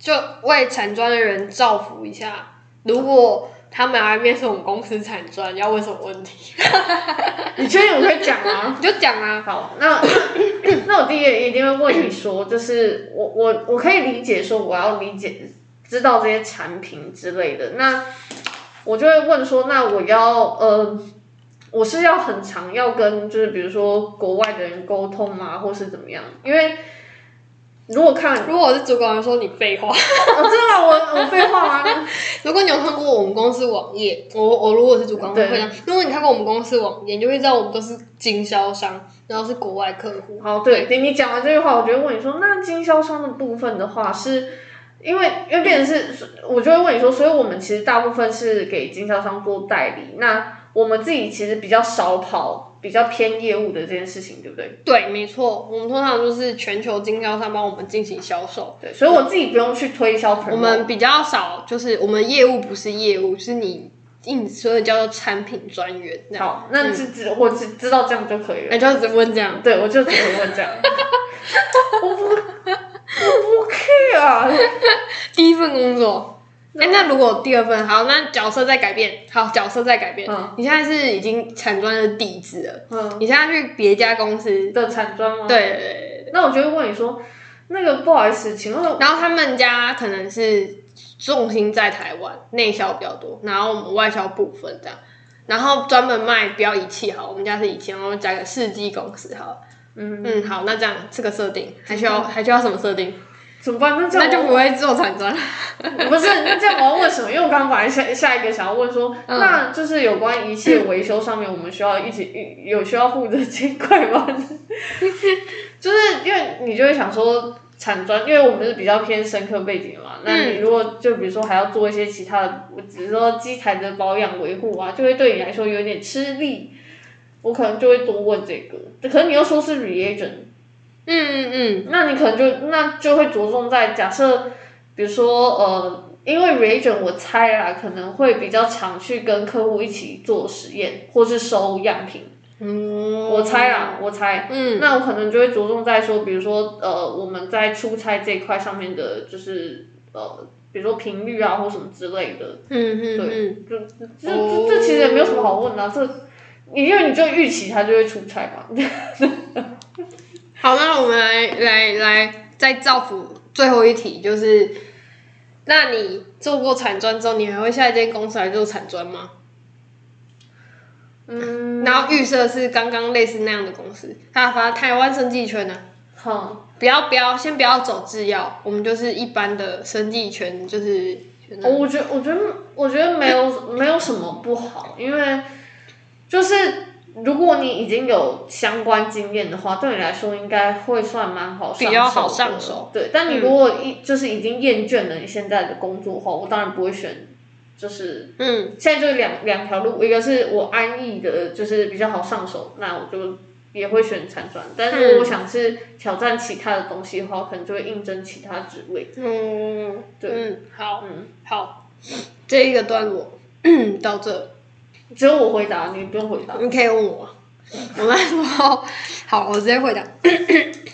Speaker 1: 就为产专的人造福一下。如果他们来面试我们公司产专，要问什么问题？
Speaker 2: 你确定我会讲吗？
Speaker 1: 你就讲啊。
Speaker 2: 好，那 那我第一个一定会问你说，就是我我我可以理解说我要理解知道这些产品之类的，那我就会问说，那我要呃，我是要很常要跟就是比如说国外的人沟通吗，或是怎么样？因为如果看，
Speaker 1: 如果我是主管，我说你废话。
Speaker 2: 哦、真的吗我我废话啊吗？
Speaker 1: 如果你有看过我们公司网页，我我如果是主管，我会
Speaker 2: 对
Speaker 1: 这样。如果你看过我们公司网页，你就会知道我们都是经销商，然后是国外客户。
Speaker 2: 好，哦对，你你讲完这句话，我就会问你说，那经销商的部分的话是，因为因为变成是，我就会问你说，所以我们其实大部分是给经销商做代理，那我们自己其实比较少跑，比较偏业务的这件事情，对不对？
Speaker 1: 对，没错，我们通常就是全球经销商帮我们进行销售。
Speaker 2: 对，所以我自己不用去推销朋
Speaker 1: 我
Speaker 2: 友，
Speaker 1: 们比较少，就是我们业务不是业务，就是你应所以叫做产品专员这样。
Speaker 2: 好，那只只、我只知道这样就可以了。
Speaker 1: 那就只问这样。
Speaker 2: 对，我就只会问这样。我不，我不 care。
Speaker 1: 第一份工
Speaker 2: 嗯
Speaker 1: 作，哎、那如果第二份好，那角色再改变，好，角色再改变。
Speaker 2: 嗯
Speaker 1: 你现在是已经产专的底子了，
Speaker 2: 嗯，
Speaker 1: 你现在去别家公司，
Speaker 2: 的产专吗？。
Speaker 1: 对，
Speaker 2: 那我就会问你说，那个不好意思，请问
Speaker 1: 然后他们家可能是重心在台湾，内销比较多，然后我们外销部分这样，然后专门卖标仪器好，我们家是仪器，然后加个试剂公司好了。
Speaker 2: 嗯
Speaker 1: 嗯，好，那这样这个设定还需要还需要什么设定？
Speaker 2: 怎么办？那这
Speaker 1: 那嗯
Speaker 2: 样
Speaker 1: 就
Speaker 2: 我
Speaker 1: 不会做产 专了。
Speaker 2: 不是那这样我要问什么？因为我刚刚本来下下一个想要问说，
Speaker 1: 嗯
Speaker 2: 那就是有关一切维修上面，我们需要一起 有需要负责这一块吗？就是因为你就会想说，产专，因为我们是比较偏深刻背景的嘛。那
Speaker 1: 嗯
Speaker 2: 你如果就比如说还要做一些其他的，只是说机台的保养维护啊，就会对你来说有点吃力。我可能就会多问这个，可是你又说是 reagent，
Speaker 1: 嗯嗯
Speaker 2: 那你可能就那就会着重在假设，比如说呃，因为 reagent 我猜啦，可能会比较常去跟客户一起做实验，或是收样品。
Speaker 1: 嗯，
Speaker 2: 我猜啦，我猜。
Speaker 1: 嗯，
Speaker 2: 那我可能就会着重在说，比如说呃，我们在出差这一块上面的，就是呃，比如说频率啊或什么之类的。
Speaker 1: 嗯嗯嗯。
Speaker 2: 就这这这其实也没有什么好问的、啊，这因为你就预期他就会出差嘛。
Speaker 1: 好，那我们来来来再造福最后一题，就是，那你做过产专之后，你还会下一间公司来做产专吗？
Speaker 2: 嗯，
Speaker 1: 然后预设是刚刚类似那样的公司，它反正台湾生技圈呢、
Speaker 2: 好，
Speaker 1: 不要不要，先不要走制药，我们就是一般的生技圈，就是
Speaker 2: 我觉我觉得我觉得没有没有什么不好，因为就是如果你已经有相关经验的话，对你来说应该会算蛮好上手的，
Speaker 1: 比较好上手嗯
Speaker 2: 对，但你如果一、就是已经厌倦了你现在的工作的话，我当然不会选，就是
Speaker 1: 嗯
Speaker 2: 现在就是两两条路，一个是我安逸的，就是比较好上手，那我就也会选产专。但是
Speaker 1: 嗯
Speaker 2: 如果我想是挑战其他的东西的话，我可能就会应征其他职位。
Speaker 1: 嗯，
Speaker 2: 对
Speaker 1: 嗯，好
Speaker 2: 嗯，
Speaker 1: 好，这一个段落嗯到这，
Speaker 2: 只有我回答，你不用回答。
Speaker 1: 你可以问我。我那时候，好，我直接回答。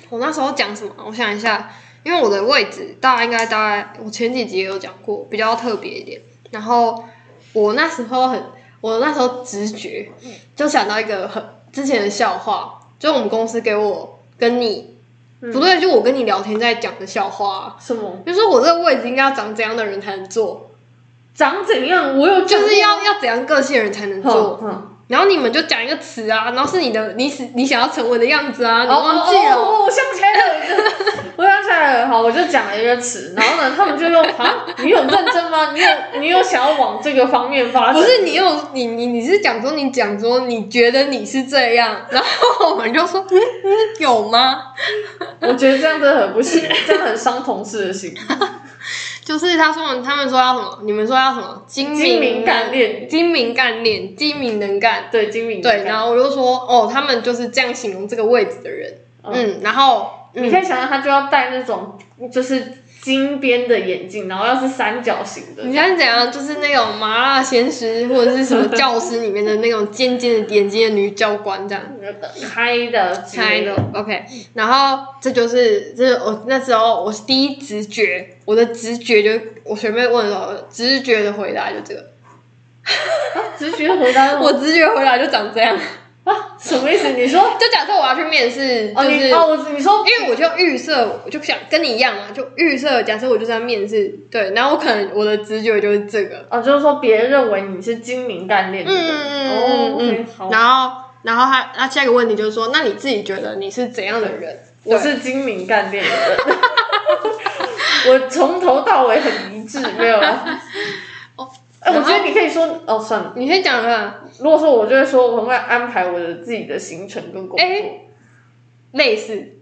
Speaker 1: 我那时候讲什么？我想一下，因为我的位置，大家应该大概我前几集也有讲过，比较特别一点。然后我那时候很，我那时候直觉就想到一个很之前的笑话，就我们公司给我跟你、
Speaker 2: 嗯
Speaker 1: 不对，就我跟你聊天在讲的笑话啊、
Speaker 2: 什么？
Speaker 1: 就说我这个位置应该要长怎样的人才能做，
Speaker 2: 长怎样？我哦有
Speaker 1: 就是要要怎样个性的人才能做。
Speaker 2: 哼哼
Speaker 1: 然后你们就讲一个词啊，然后是你的你想你想要成为的样子啊，你
Speaker 2: 哦哦
Speaker 1: 忘记
Speaker 2: 哦
Speaker 1: 了。
Speaker 2: 哦，我想起来了，我想起来了。好，我就讲了一个词，然后呢，他们就说啊，你有认真吗？你有你有想要往这个方面发展？
Speaker 1: 不是你有你你你是讲说你讲说你觉得你是这样， 然后我们就说嗯嗯有吗？
Speaker 2: 我觉得这样真的很不行，这样很伤同事的心。
Speaker 1: 就是他说他们说要什么，你们说要什么精
Speaker 2: 精明干练
Speaker 1: 精明干练，精明能干。
Speaker 2: 对，精明
Speaker 1: 对，然
Speaker 2: 后
Speaker 1: 后我就说哦，他们就是这样形容这个位置的人。
Speaker 2: 嗯
Speaker 1: 嗯，然后
Speaker 2: 你
Speaker 1: 嗯
Speaker 2: 可以想象他就要戴那种就是金边的眼镜，然后要是三角形的，
Speaker 1: 你想怎样？就是那种麻辣鲜师或者是什么教师里面的那种尖尖的眼睛的女教官这样。
Speaker 2: 开的之
Speaker 1: 猜
Speaker 2: 类
Speaker 1: 的，OK。然后这就是，这是我那时候我第一直觉，我的直觉就是我学妹问的时候，直觉的回答就这个，
Speaker 2: 直觉回答
Speaker 1: 我直觉回答就长这样。
Speaker 2: 啊，什么意思？你说
Speaker 1: 就假设我要去面试，就
Speaker 2: 哦，
Speaker 1: 是
Speaker 2: 你哦，我你说
Speaker 1: 因为我就预设，我就想跟你一样嘛，就预设假设我就是要面试，对，然后我可能我的直觉就是这个，
Speaker 2: 哦，就是说别人认为你是精明干练的人，
Speaker 1: 嗯嗯
Speaker 2: 哦
Speaker 1: 嗯
Speaker 2: ，OK，好
Speaker 1: 嗯，，然后然后他他下一个问题就是说，那你自己觉得你是怎样的人？
Speaker 2: 我
Speaker 1: 对
Speaker 2: 是精明干练的人， 我从头到尾很一致，没有啦。
Speaker 1: 哦
Speaker 2: 哎，我
Speaker 1: 然后
Speaker 2: 觉得你可以说哦，算了。
Speaker 1: 你先讲啊，
Speaker 2: 如果说我就会说，我会安排我的自己的行程跟工作，
Speaker 1: 哎类似，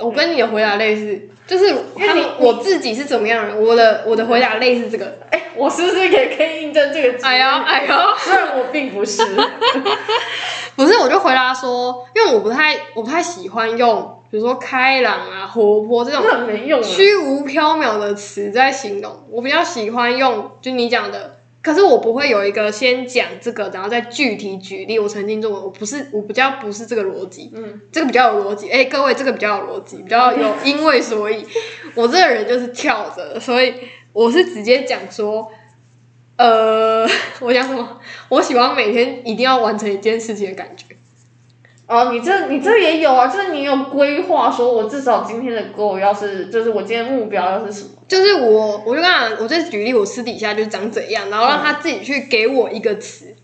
Speaker 1: 我跟你的回答类似，就是
Speaker 2: 因为
Speaker 1: 他
Speaker 2: 你
Speaker 1: 们我自己是怎么样的人，我的我的回答类似这个。
Speaker 2: 哎我是不是也可以印证这个？
Speaker 1: 哎呀，哎呀，
Speaker 2: 虽然我并不是，
Speaker 1: 不是，我就回答说，因为我不太我不太喜欢用，比如说开朗啊、活泼 这种
Speaker 2: 那很没用啊。
Speaker 1: 虚无缥缈的词在形容，我比较喜欢用就你讲的，可是我不会有一个先讲这个，然后再具体举例。我曾经做过，我不是我比较不是这个逻辑，
Speaker 2: 嗯，
Speaker 1: 这个比较有逻辑。哎、各位，这个比较有逻辑，比较有因为所以，我这个人就是跳着的，所以我是直接讲说。呃， 我讲什么？我喜欢每天一定要完成一件事情的感觉。
Speaker 2: 哦，你这你这也有啊，就是你有规划，说我至少今天的 goal 要是，就是我今天目标要是什么？
Speaker 1: 就是我，我就跟他，我就举例，我私底下就是长怎样，然后让他自己去给我一个词，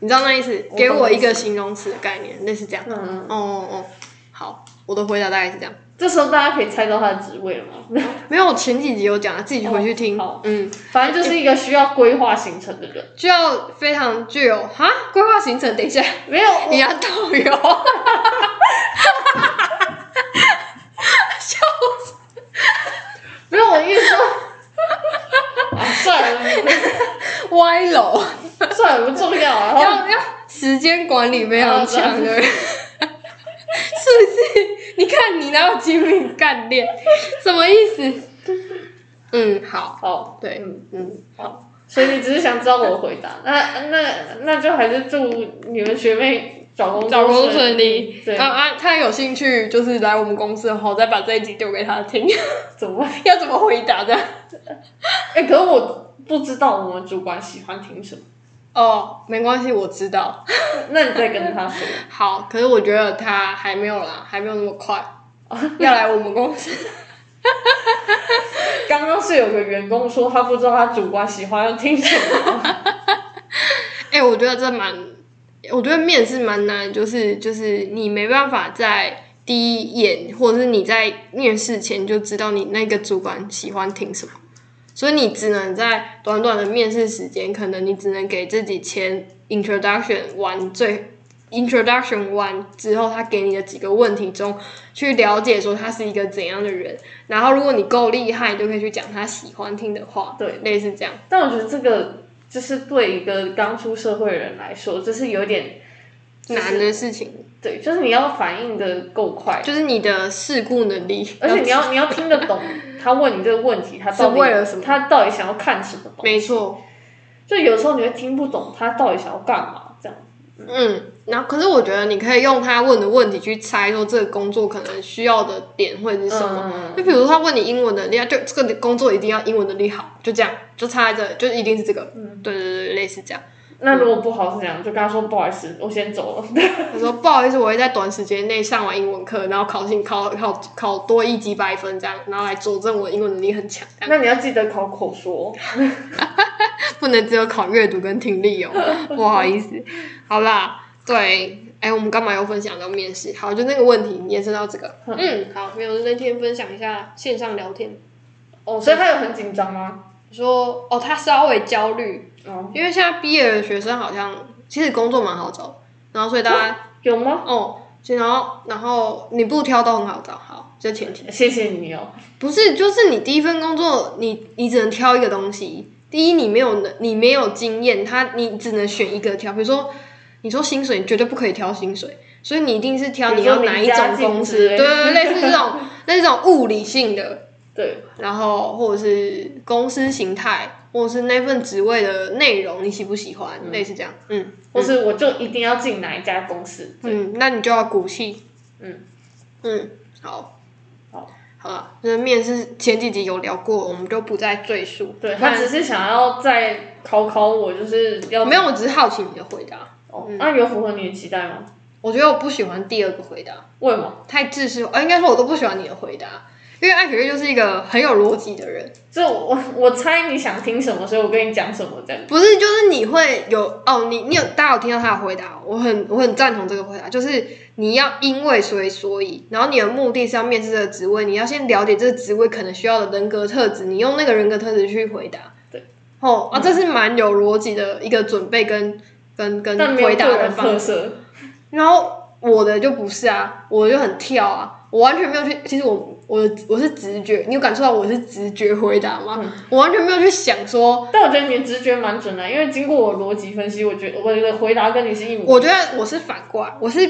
Speaker 1: 你知道那意思？
Speaker 2: 我懂
Speaker 1: 给我一个形容词的概念，类似这样。哦
Speaker 2: 嗯，
Speaker 1: 哦哦，好，我的回答大概是这样。
Speaker 2: 这时候大家可以猜到他的职位了吗？
Speaker 1: 没有，我前几集有讲，啊自己去回去听。
Speaker 2: 哦好
Speaker 1: 嗯，
Speaker 2: 反正就是一个需要规划行程的人。
Speaker 1: 需要非常具有哈规划行程。等一下，
Speaker 2: 没有，
Speaker 1: 你要导游。笑死！
Speaker 2: 啊
Speaker 1: 歪楼，
Speaker 2: 算了，不重要啊。然后
Speaker 1: 要要时间管理非常强的人，哦 是不是？你看你哪有精力干练？什么意思？嗯，好，
Speaker 2: 好，
Speaker 1: 对，
Speaker 2: 嗯
Speaker 1: 嗯，
Speaker 2: 好，所以你只是想知道我的回答，那那那就还是祝你们学妹找工作
Speaker 1: 找工作顺利。
Speaker 2: 对，
Speaker 1: 啊啊，他有兴趣就是来我们公司的话，我再把这一集丢给他听，
Speaker 2: 怎么办？
Speaker 1: 要怎么回答的？
Speaker 2: 哎、可是我不知道我们主管喜欢听什么，
Speaker 1: 哦，没关系，我知道。
Speaker 2: 那你再跟他说。
Speaker 1: 好，可是我觉得他还没有啦，还没有那么 快，要来我们公司。
Speaker 2: 刚刚是有个员工说他不知道他主管喜欢要听什么，
Speaker 1: 哎、我觉得这蛮，我觉得面试蛮难的，就是就是你没办法在第一眼，或者是你在面试前就知道你那个主管喜欢听什么，所以你只能在短短的面试时间，可能你只能给自己前 introduction 完最 introduction 完之后，他给你的几个问题中去了解说他是一个怎样的人，然后如果你够厉害，你就可以去讲他喜欢听的话，
Speaker 2: 对，
Speaker 1: 类似这样。
Speaker 2: 但我觉得这个就是对一个刚出社会的人来说，就是有点就是
Speaker 1: 难的事情，
Speaker 2: 对，就是你要反应的够快，
Speaker 1: 就是你的事故能力，呃
Speaker 2: 而且你要你要听得 懂他问你这个问题，他到底
Speaker 1: 是为了什么
Speaker 2: 他到底想要看什么东西？
Speaker 1: 没错，
Speaker 2: 就有时候你会听不懂他到底想要干嘛，这样
Speaker 1: 嗯，然后可是我觉得你可以用他问的问题去猜说这个工作可能需要的点会是什么。
Speaker 2: 嗯
Speaker 1: 就比如说他问你英文能力，啊，就这个工作一定要英文能力好，就这样，就差这，就一定是这个。
Speaker 2: 嗯
Speaker 1: 对对对，类似这样。
Speaker 2: 那如果不好是这样，就跟他说不好意思，我先走了。
Speaker 1: 他说不好意思，我会在短时间内上完英文课，然后考进考考考多一几百分这样，然后来佐证我英文能力很强。
Speaker 2: 那你要记得考口说，
Speaker 1: 不能只有考阅读跟听力哦，不好意思。好啦，对，哎，我们干嘛又分享到面试？好，就那个问题延伸到这个。嗯，好，没有，那天分享一下线上聊天，
Speaker 2: 哦，所以他有很紧张吗？
Speaker 1: 说哦，他稍微焦虑，
Speaker 2: 哦，
Speaker 1: 因为现在毕业的学生好像其实工作蛮好找，然后所以大 家
Speaker 2: 有吗？
Speaker 1: 哦，就然后然后你不挑都很好找，好，这前提。
Speaker 2: 谢谢你哦。
Speaker 1: 不是，就是你第一份工作，你你只能挑一个东西。第一，你没有能，你没有经验，他你只能选一个挑。比如说，你说薪水，你绝对不可以挑薪水，所以你一定是挑
Speaker 2: 比
Speaker 1: 你
Speaker 2: 如说
Speaker 1: 要哪一
Speaker 2: 离家
Speaker 1: 种
Speaker 2: 近
Speaker 1: 公
Speaker 2: 之
Speaker 1: 司，
Speaker 2: 类
Speaker 1: 对
Speaker 2: 的
Speaker 1: 对对，类似这种那种物理性的，
Speaker 2: 对，
Speaker 1: 然后或者是公司形态，或者是那份职位的内容，你喜不喜欢，类似这样。嗯
Speaker 2: 或是我就一定要进哪一家公司。
Speaker 1: 嗯，那你就要鼓气。
Speaker 2: 嗯
Speaker 1: 嗯，好，
Speaker 2: 好，
Speaker 1: 好了，就是面试前几集有聊过，我们就不再赘述。
Speaker 2: 对
Speaker 1: 不然
Speaker 2: 他只是想要再考考我，就是要
Speaker 1: 没有，我嗯只是好奇你的回答。
Speaker 2: 哦，那有符合你的期待吗？
Speaker 1: 我觉得我不喜欢第二个回答，
Speaker 2: 为什么？
Speaker 1: 太自私。呃，应该说我都不喜欢你的回答，因为艾雪月就是一个很有逻辑的人，
Speaker 2: 这我 我猜你想听什么，所以我跟你讲什么这样。
Speaker 1: 不是就是你会有哦，你你有大家有听到他的回答，我很我很赞同这个回答，就是你要因为所以所以，然后你的目的是要面试这个职位，你要先了解这个职位可能需要的人格特质，你用那个人格特质去回答。
Speaker 2: 对，
Speaker 1: 哦啊，这是蛮有逻辑的一个准备跟跟跟
Speaker 2: 但没有
Speaker 1: 回答
Speaker 2: 个
Speaker 1: 的
Speaker 2: 人
Speaker 1: 方式
Speaker 2: 特。色，
Speaker 1: 然后我的就不是啊，我就很跳啊，我完全没有去。其实我我我是直觉，你有感受到我是直觉回答吗？
Speaker 2: 嗯
Speaker 1: 我完全没有去想说，
Speaker 2: 但我觉得你的直觉蛮准的，因为经过我逻辑分析，我觉得我的回答跟你是一模一样。
Speaker 1: 我觉得我是反过来，我是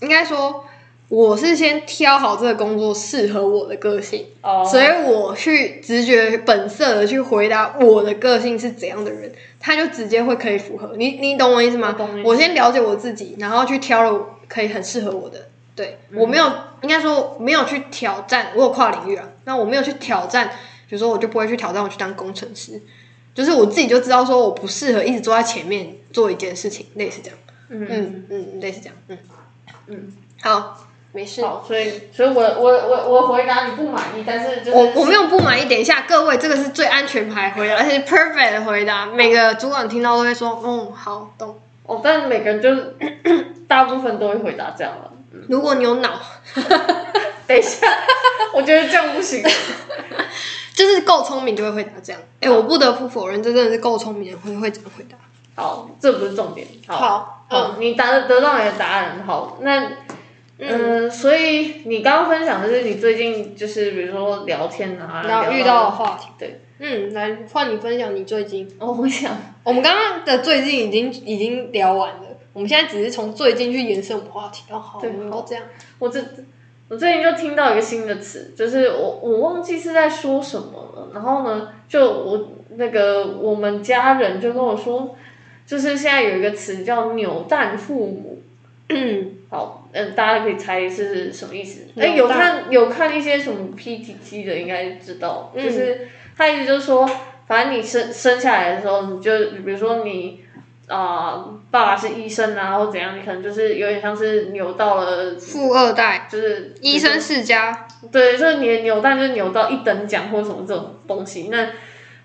Speaker 1: 应该说我是先挑好这个工作适合我的个性，
Speaker 2: 哦，
Speaker 1: 所以我去直觉本色的去回答我的个性是怎样的人，他就直接会可以符合你，你懂我意思吗
Speaker 2: 我懂你意？思
Speaker 1: 我先了解我自己，然后去挑了可以很适合我的。对、
Speaker 2: 嗯
Speaker 1: 我没有，应该说没有去挑战，我有跨领域啊，那我没有去挑战，比如说我就不会去挑战我去当工程师，就是我自己就知道说我不适合一直坐在前面做一件事情，类似这样，
Speaker 2: 嗯，
Speaker 1: 嗯嗯，类似这样，嗯
Speaker 2: 嗯，
Speaker 1: 好，没事。
Speaker 2: 好，所以所以我我我我回答你不满意，但是就是
Speaker 1: 我我没有不满意，等一下，各位，这个是最安全牌回答，而且是 perfect 的回答，每个主管听到都会说，嗯，好，懂。
Speaker 2: 哦，但每个人就是 大部分都会回答这样了。嗯
Speaker 1: 如果你有脑，
Speaker 2: 等一下， 我觉得这样不行。
Speaker 1: 就是够聪明就会回答这样。哎、我不得不否认，这真的是够聪明的人会会这样回答。
Speaker 2: 好，这不是重点。好，
Speaker 1: 好，嗯，
Speaker 2: 好，哦你答得得到你的答案。好，那嗯、所以你刚刚分享的是你最近就是比如说聊天啊，
Speaker 1: 然后
Speaker 2: 聊
Speaker 1: 遇到的话题，
Speaker 2: 对，
Speaker 1: 嗯，来换你分享你最近。
Speaker 2: 哦，我想
Speaker 1: 我们刚刚的最近已经已经聊完了，我们现在只是从最近去延伸我们话题。哦，好，
Speaker 2: 对
Speaker 1: 我们都这样。
Speaker 2: 我这我最近就听到一个新的词，就是我我忘记是在说什么了。然后呢，就我那个我们家人就跟我说，就是现在有一个词叫“扭蛋父母
Speaker 1: 嗯，”。
Speaker 2: 好，嗯，大家可以猜是什么意思？
Speaker 1: 扭
Speaker 2: 哎，
Speaker 1: 蛋
Speaker 2: 有看有看一些什么 PTT 的，应该知道，
Speaker 1: 嗯
Speaker 2: 就是他意思就是说，反正你生生下来的时候，你就比如说你。啊、爸爸是医生啊，或怎样，你可能就是有点像是扭到了，
Speaker 1: 富二代，
Speaker 2: 就是
Speaker 1: 医生世家。
Speaker 2: 对，就是你的扭蛋就是扭到一等奖或什么这种东西。那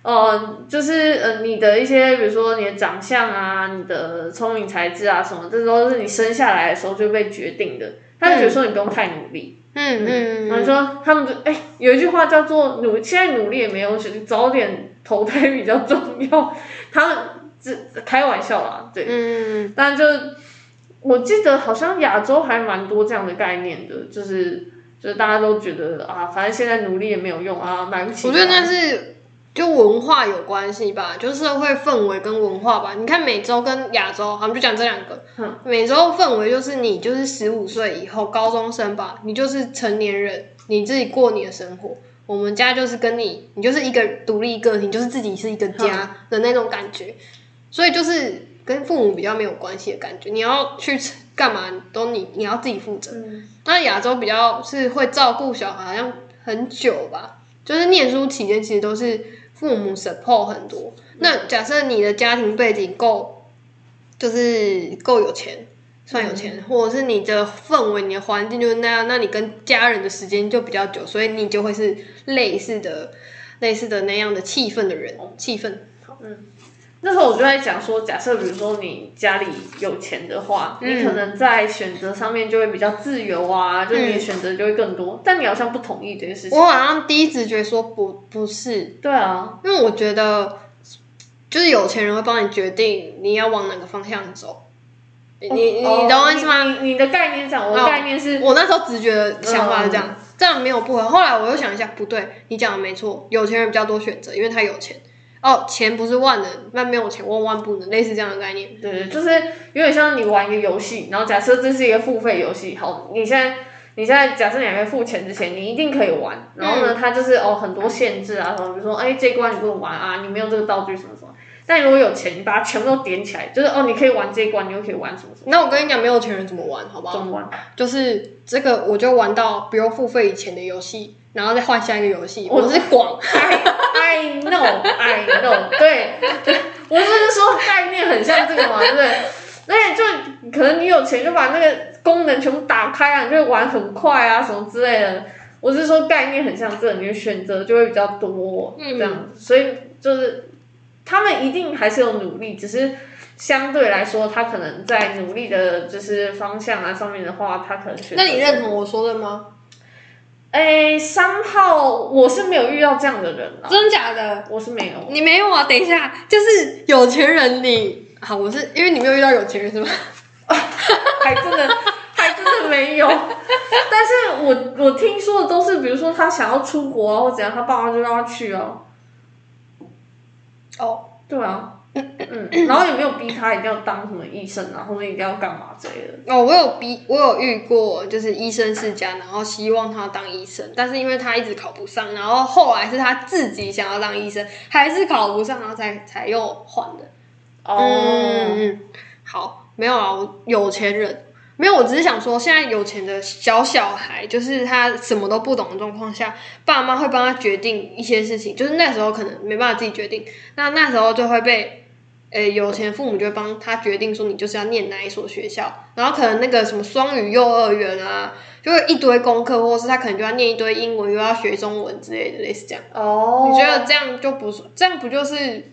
Speaker 2: 呃，就是呃，你的一些，比如说你的长相啊、你的聪明才智啊什么，这都是你生下来的时候就被决定的。他就觉得说你不用太努力，
Speaker 1: 嗯嗯
Speaker 2: 然后
Speaker 1: 嗯，
Speaker 2: 说他们就哎、有一句话叫做努，现在努力也没用，早点投胎比较重要。他们这开玩笑啦，对，
Speaker 1: 嗯，
Speaker 2: 但就我记得好像亚洲还蛮多这样的概念的，就是就是大家都觉得啊，反正现在努力也没有用啊，买不起、啊。
Speaker 1: 我觉得那是就文化有关系吧，就社会氛围跟文化吧。你看美洲跟亚洲，好，我们就讲这两个。
Speaker 2: 嗯
Speaker 1: 美洲氛围就是你就是十五岁以后高中生吧，你就是成年人，你自己过你的生活。我们家就是跟你，你就是一个独立个体，你就是自己是一个
Speaker 2: 嗯
Speaker 1: 家的那种感觉，所以就是跟父母比较没有关系的感觉。你要去干嘛都你你要自己负责。
Speaker 2: 嗯
Speaker 1: 那亚洲比较是会照顾小孩，好像很久吧，就是念书期间其实都是父母 support 很多。那假设你的家庭背景够，就是够有钱，算有钱，或者是你的氛围、你的环境就是那样，那你跟家人的时间就比较久，所以你就会是类似的、类似的那样的气氛的人，气氛。
Speaker 2: 那时候我就在讲说，假设比如说你家里有钱的话，
Speaker 1: 嗯
Speaker 2: 你可能在选择上面就会比较自由啊，就你的选择就会更多。但你好像不同意这件事情。
Speaker 1: 我好像第一直觉说不不是，
Speaker 2: 对啊，
Speaker 1: 因为我觉得，就是有钱人会帮你决定你要往哪个方向走。你你哦你懂我意思吗？
Speaker 2: 你你你的概念是这样，我的
Speaker 1: 哦
Speaker 2: 概念是，
Speaker 1: 我那时候直觉的想法是这样，这样没有不合。后来我又想一下，不对，你讲的没错，有钱人比较多选择，因为他有钱。哦，钱不是万能，那没有钱万万不能，类似这样的概念。
Speaker 2: 对对，就是有点像你玩一个游戏，然后假设这是一个付费游戏，好，你现在你现在假设你还没付钱之前，你一定可以玩。然后呢，它就是哦很多限制啊，什么比如说哎这一关你不能玩啊，你没有这个道具什么什么。但如果有钱，你把它全部都点起来，就是哦你可以玩这一关，你又可以玩什么什么，
Speaker 1: 那我跟你讲，没有钱人怎么玩，好不好？
Speaker 2: 怎么玩？
Speaker 1: 就是这个，我就玩到不用付费以前的游戏，然后再换下一个游戏。
Speaker 2: 我
Speaker 1: 我是广，
Speaker 2: I know, I know，对，我不是说概念很像这个嘛，对不对？而且就可能你有钱就把那个功能全部打开啊，你就会玩很快啊，什么之类的。我是说概念很像这个，你的选择就会比较多，
Speaker 1: 嗯
Speaker 2: 这样子，所以就是他们一定还是有努力，只是相对来说，他可能在努力的就是方向啊上面的话，他可能选择
Speaker 1: 那你认同我说的吗？
Speaker 2: 哎商号，我是没有遇到这样的人啊，
Speaker 1: 真假的？
Speaker 2: 我是没有。
Speaker 1: 你没有啊？等一下，就是有钱人你，好，我是因为你没有遇到有钱人是吗？
Speaker 2: 还真的还真的没有。但是我我听说的都是，比如说他想要出国啊，或怎样，他爸妈就让他去啊。
Speaker 1: 哦，
Speaker 2: 对啊，嗯，然后也没有逼他一定要当什么医生啊，或者一定要干嘛之类的。
Speaker 1: 哦，我有逼，我有遇过，就是医生世家，然后希望他当医生，但是因为他一直考不上，然后后来是他自己想要当医生，还是考不上，然后才才又换的。
Speaker 2: 哦、
Speaker 1: 嗯嗯，好，没有啊，我有钱人没有，我只是想说，现在有钱的小小孩，就是他什么都不懂的状况下，爸妈会帮他决定一些事情，就是那时候可能没办法自己决定，那那时候就会被。诶，有钱父母就会帮他决定说你就是要念哪一所学校，然后可能那个什么双语幼儿园啊，就会一堆功课，或者是他可能就要念一堆英文，又要学中文之类的，类似这样。
Speaker 2: 哦，
Speaker 1: 你觉得这样就不是这样不就是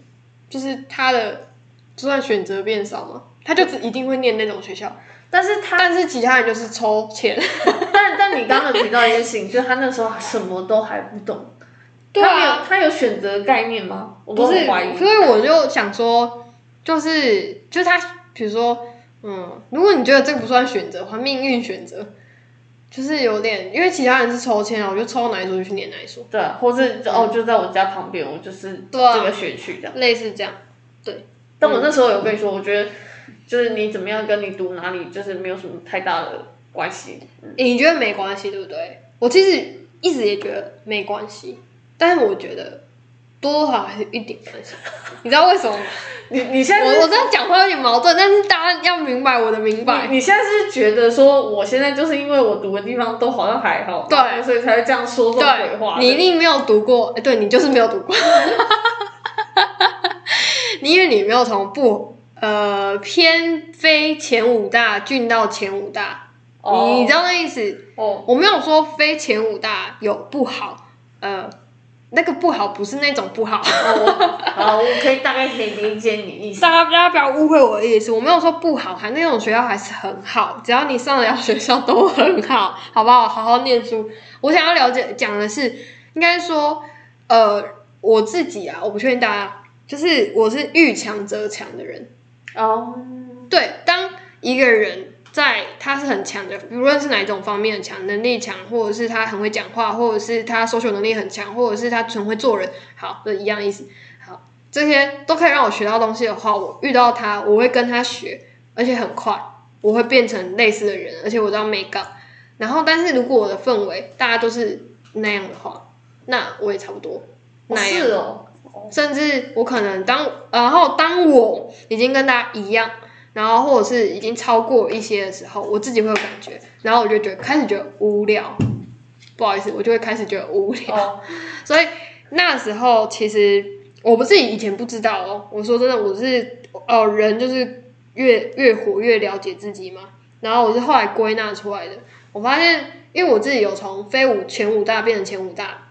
Speaker 1: 就是他的就算选择变少吗？他就只一定会念那种学校，
Speaker 2: 但是他，
Speaker 1: 但是其他人就是抽签。
Speaker 2: 但但你刚刚有提到一件事情，就是他那时候什么都还不懂。
Speaker 1: 对
Speaker 2: 他没有
Speaker 1: 啊，
Speaker 2: 他有选择概念吗？我都
Speaker 1: 不是，
Speaker 2: 很怀疑。
Speaker 1: 所以我就想说，就是就是他，比如说，嗯，如果你觉得这个不算选择的话，命运选择，就是有点，因为其他人是抽签啊，我就抽哪一组就去念哪一组，
Speaker 2: 对啊，或是就哦就在我家旁边，我就是
Speaker 1: 嗯对啊
Speaker 2: 这个学区这样。
Speaker 1: 类似这样。
Speaker 2: 但
Speaker 1: 嗯
Speaker 2: 我那时候有跟你说，我觉得就是你怎么样跟你读哪里，就是没有什么太大的关系。
Speaker 1: 你觉得没关系，对不对？我其实一直也觉得没关系，但是我觉得多多少少还是一点关系。你知道为什么吗？
Speaker 2: 你你现在
Speaker 1: 我
Speaker 2: 是
Speaker 1: 我这样讲话有点矛盾，但是大家要明白我的明白。
Speaker 2: 你你现在是觉得说，我现在就是因为我读的地方都好像还好，
Speaker 1: 对
Speaker 2: 所以才会这样说这种鬼话。
Speaker 1: 对，你一定没有读过，哎对你就是没有读过， 你因为你没有从不呃偏非前五大进到前五大，
Speaker 2: 哦
Speaker 1: 你你知道那意思？
Speaker 2: 哦
Speaker 1: 我没有说非前五大有不好，呃，那个不好不是那种不好，
Speaker 2: 哦，好，我可以大概可以理解你意思。
Speaker 1: 大家大家不要误会我的意思，我没有说不好，还那种学校还是很好，只要你上得了学校都很好，好不好？好好念书。我想要了解讲的是，应该说，呃，我自己啊，我不确定大家，就是我是遇强则强的人。
Speaker 2: 哦，
Speaker 1: 对，当一个人在他是很强的，无论是哪一种方面很强，能力强，或者是他很会讲话，或者是他 social 能力很强，或者是他很会做人，好，这一样意思。好，这些都可以让我学到东西的话，我遇到他，我会跟他学，而且很快，我会变成类似的人，而且我知道 make up。然后，但是如果我的氛围大家都是那样的话，那我也差不多
Speaker 2: 哦
Speaker 1: 那样。
Speaker 2: 是哦，
Speaker 1: 甚至我可能当，然后当我已经跟大家一样，然后或者是已经超过一些的时候，我自己会有感觉，然后我就觉得开始觉得无聊，不好意思，我就会开始觉得无聊。
Speaker 2: 哦，
Speaker 1: 所以那时候其实我不是以前不知道哦，我说真的，我是哦、人就是越越活越了解自己嘛，然后我是后来归纳出来的，我发现因为我自己有从非五前五大变成前五大，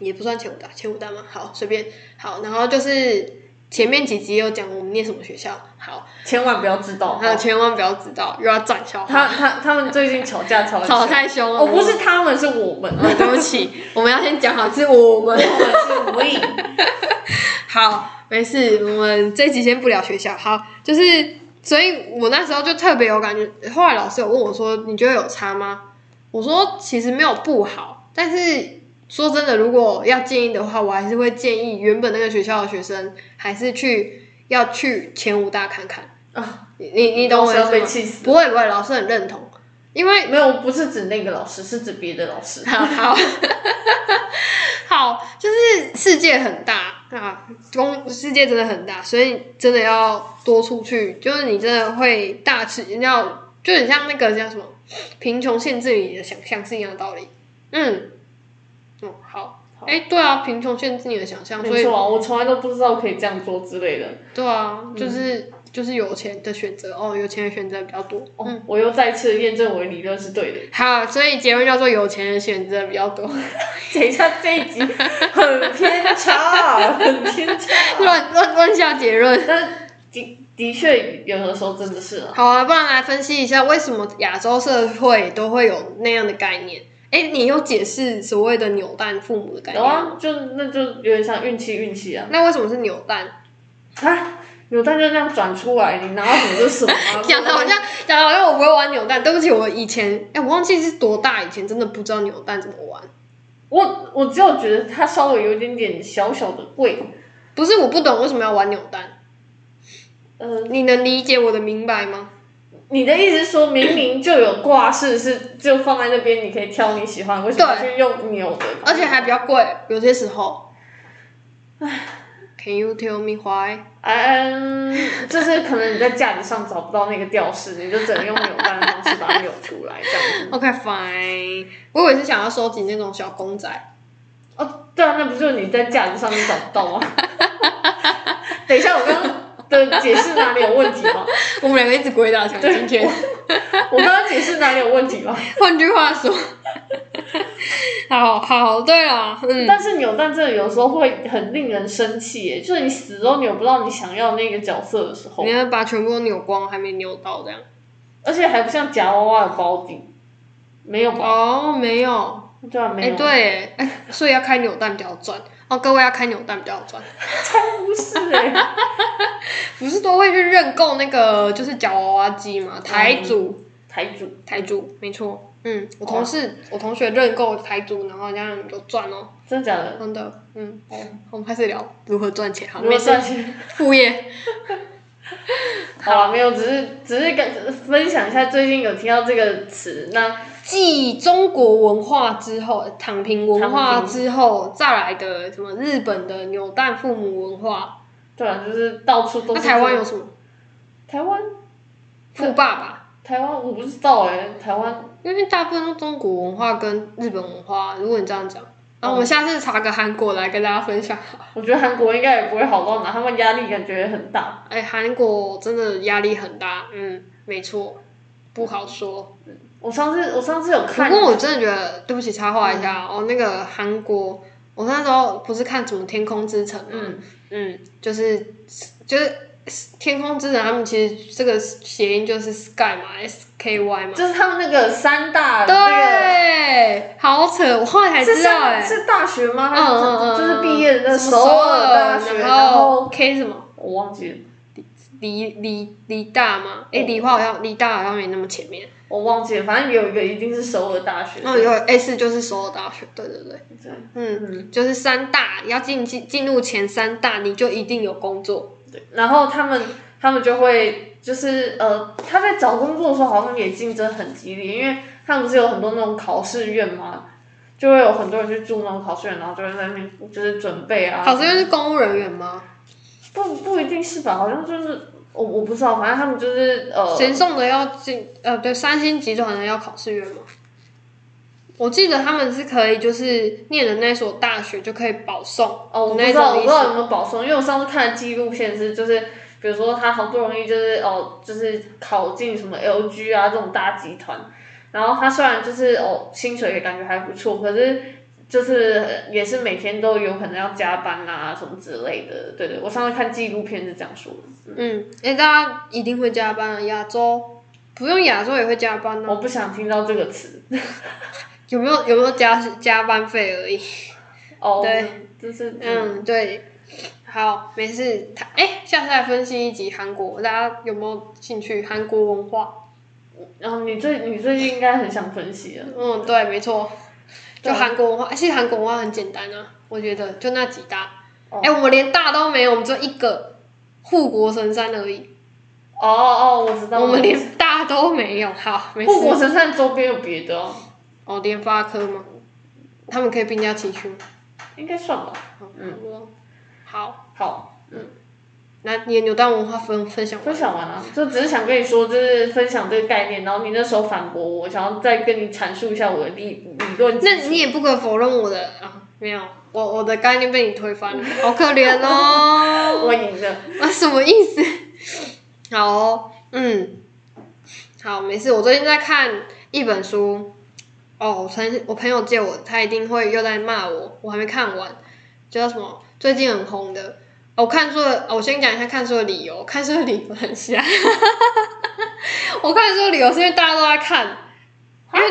Speaker 1: 也不算前五大，前五大吗？好，随便好，然后就是。前面几集有讲我们念什么学校，好，
Speaker 2: 千万不要 知道。哦
Speaker 1: 还有千万不要知道，又要转校，
Speaker 2: 他他他们最近吵架吵得
Speaker 1: 吵太凶了。
Speaker 2: 哦，不是他们是我们，
Speaker 1: 哦，对不起，我们要先讲好是我们。
Speaker 2: 我 们是 we。
Speaker 1: 好，没事，我们这集先不聊学校。好，就是，所以我那时候就特别有感觉。后来老师有问我说：“你觉得有差吗？”我说：“其实没有不好，但是说真的，如果要建议的话，我还是会建议原本那个学校的学生还是去要去前五大看看。
Speaker 2: 啊，
Speaker 1: 你你你懂我
Speaker 2: 老师要被
Speaker 1: 意
Speaker 2: 气
Speaker 1: 思吗？
Speaker 2: 死
Speaker 1: 不会不会，老师很认同，因为
Speaker 2: 没有，不是指那个老师，是指别的老 师。
Speaker 1: 好好 好，就是世界很大啊，公世界真的很大，所以真的要多出去，就是你真的会大吃，你要就很像那个叫什么，贫穷限制你的想象是一样的道理。嗯，嗯，好，
Speaker 2: 好
Speaker 1: 哎、对啊，贫穷限制你的想象，所
Speaker 2: 没
Speaker 1: 以
Speaker 2: 错啊，我从来都不知道可以这样做之类的。
Speaker 1: 对啊，就是、
Speaker 2: 嗯
Speaker 1: 就是有钱的选择哦，有钱的选择比较多。
Speaker 2: 哦，我又再次验证我的理论是对的。
Speaker 1: 好，所以结论叫做有钱人选择比较多，
Speaker 2: 等一下，这一集很偏差，很偏 差。
Speaker 1: 乱乱乱下结论。
Speaker 2: 但的的确，有的时候真的是啊。
Speaker 1: 好啊，不然来分析一下为什么亚洲社会都会有那样的概念？哎、你有解释所谓的扭蛋父母的概
Speaker 2: 有
Speaker 1: 念？、
Speaker 2: 啊，就那就有点像运气，运气啊。
Speaker 1: 那为什么是扭蛋？。
Speaker 2: 啊，扭蛋就这样转出来，你拿到什么就什么、 啊
Speaker 1: 讲的好像讲的好像我不会玩扭蛋，对不起，我以前哎、我忘记是多大以前真的不知道扭蛋怎么玩。
Speaker 2: 我我只有觉得它稍微有一点点小小的贵，
Speaker 1: 不是我不懂为什么要玩扭蛋，
Speaker 2: 呃，
Speaker 1: 你能理解我的明白吗？
Speaker 2: 你的意思是说明明就有挂饰是就放在那边，你可以挑你喜欢，为什么
Speaker 1: 对
Speaker 2: 去用扭的？
Speaker 1: 而且还比较贵，有些时候。 唉，Can you tell me why？
Speaker 2: 嗯，就是可能你在架子上找不到那个吊饰，你就只能用扭蛋的方式把它扭出来这样子。
Speaker 1: OK fine，我以为是想要收集那种小公仔，
Speaker 2: 哦，对啊，那不就是你在架子上面找不 到吗？等一下，我刚刚的解释哪里有问题吗？
Speaker 1: 我们两个一直鬼打墙。今天，
Speaker 2: 我刚刚解释哪里有问题吗？
Speaker 1: 换句话说，好好对啊，嗯，
Speaker 2: 但是扭蛋真的有时候会很令人生气耶，就是你死都扭不到你想要那个角色的时候
Speaker 1: 你，要把全部都扭光，还没扭到这样。
Speaker 2: 而且还不像夹娃娃的包底，没有吧？
Speaker 1: 哦，没有，
Speaker 2: 对啊，没
Speaker 1: 哎、
Speaker 2: 有，
Speaker 1: 对， 哎、所以要开扭蛋比较赚哦，各位要开扭蛋比较赚，
Speaker 2: 不是哎，
Speaker 1: 不是都会去认购那个就是夹娃娃机嘛，台组、
Speaker 2: 台主，
Speaker 1: 台猪，没错。嗯，我同事、我同学认购台猪，然后让人有赚哦，
Speaker 2: 真的假的？
Speaker 1: 真的。嗯，好，我们开始聊如何赚钱，好，
Speaker 2: 如果
Speaker 1: 没事，
Speaker 2: 算起
Speaker 1: 副业。
Speaker 2: 好了，没有，只是只是跟分享一下最近有听到这个词，那
Speaker 1: 继中国文化之后，躺平文化
Speaker 2: 躺平
Speaker 1: 之后，再来的什么日本的扭蛋父母文化，
Speaker 2: 对啊，就是到处都
Speaker 1: 那
Speaker 2: 是这个。
Speaker 1: 台湾有什么
Speaker 2: 台湾
Speaker 1: 富爸爸？
Speaker 2: 台湾我不知道哎、台湾
Speaker 1: 因为大部分都中国文化跟日本文化，如果你这样讲，然后我们下次查个韩国来跟大家分享。
Speaker 2: 我觉得韩国应该也不会好到哪，他们压力感觉也很大。
Speaker 1: 哎，韩国真的压力很大，嗯，没错，不好说。
Speaker 2: 我上次我上次有
Speaker 1: 不
Speaker 2: 看，嗯
Speaker 1: 过我真的觉得，对不起，插话一下、哦，那个韩国，我那时候不是看什么《天空之城》吗？
Speaker 2: 嗯，
Speaker 1: 嗯，就是就是天空之城，他们其实这个谐音就是 sky 嘛，S K Y 嘛。
Speaker 2: 就是他们那个三大那
Speaker 1: 对，好扯，我后来才
Speaker 2: 个是
Speaker 1: 知道
Speaker 2: 三
Speaker 1: 哎、
Speaker 2: 是大学
Speaker 1: 嗯
Speaker 2: 吗？还是
Speaker 1: 嗯嗯，
Speaker 2: 就是毕业的那
Speaker 1: 什
Speaker 2: 首
Speaker 1: 么
Speaker 2: 尔大学，
Speaker 1: 然
Speaker 2: 然后
Speaker 1: K 什么
Speaker 2: 我忘记了，
Speaker 1: 梨梨梨大吗？
Speaker 2: 哦
Speaker 1: 哎、梨花好像梨大好像没那么前面。
Speaker 2: 我忘记了，反正有一个一定是首尔大学。
Speaker 1: 哦，有 S 就是首尔大学，对对对，
Speaker 2: 对
Speaker 1: 嗯，
Speaker 2: 嗯
Speaker 1: 就是三大，要进进进入前三大，你就一定有工作。
Speaker 2: 对，然后他们他们就会就是呃，他在找工作的时候好像也竞争很激烈，因为他们不是有很多那种考试院嘛，就会有很多人去住那种考试院，然后就会在那边就是准备啊。
Speaker 1: 考试院是公务人员吗？
Speaker 2: 不不一定是吧？好像就是我我不知道，反正他们就是呃，
Speaker 1: 神送的要进，呃，对，三星集团的要考试院吗？我记得他们是可以，就是念的那所大学就可以保送
Speaker 2: 哦，我不
Speaker 1: 那
Speaker 2: 知道，
Speaker 1: 种
Speaker 2: 我不
Speaker 1: 意
Speaker 2: 知道
Speaker 1: 思。
Speaker 2: 有没有保送，因为我上次看的纪录片是就是，比如说他好不容易就是哦，就是考进什么 LG 啊这种大集团，然后他虽然就是哦薪水也感觉还不错，可是就是呃也是每天都有可能要加班啊什么之类的。对对，我上次看纪录片是这样说的。
Speaker 1: 嗯，哎、大家一定会加班啊，亚洲不用亚洲也会加班呢、啊
Speaker 2: 我不想听到这个词。
Speaker 1: 有没有有没有加加班费而已？
Speaker 2: 哦，
Speaker 1: 对，
Speaker 2: 就是嗯，
Speaker 1: 嗯，对，好，没事。他哎，下次来分析一集韩国，大家有没有兴趣？韩国文化，
Speaker 2: 然后你最你最近应该很想分析了。
Speaker 1: 嗯，对，没错，就
Speaker 2: 对啊
Speaker 1: 韩国文化。哎其实韩国文化很简单啊，我觉得就那几大。
Speaker 2: 哦
Speaker 1: 哎，我们连大都没有，我们只有一个护国神山而已，
Speaker 2: 哦哦，我知道了。
Speaker 1: 我们连大都没有。好，没事
Speaker 2: 护。国神山周边有别的、哦，
Speaker 1: 哦，联发科吗？他们可以并驾齐驱吗？
Speaker 2: 应该算吧。嗯
Speaker 1: 嗯，好，
Speaker 2: 好，
Speaker 1: 那你的扭蛋文化分分享完
Speaker 2: 分享完了，就只是想跟你说，就是分享这个概念，然后你那时候反驳我，想要再跟你阐述一下我的理理论。
Speaker 1: 那你也不可否认我的啊，没有，我我的概念被你推翻了，好可怜哦，
Speaker 2: 我赢了，
Speaker 1: 啊 什么意思？好哦、嗯，好，没事，我最近在看一本书，哦，我朋我朋友借我，他一定会又在骂我，我还没看完，叫什么？最近很红的。哦我看书的，哦我先讲一下看书的理由。看书的理由很瞎， 我看书的理由是因为大家都在看，因为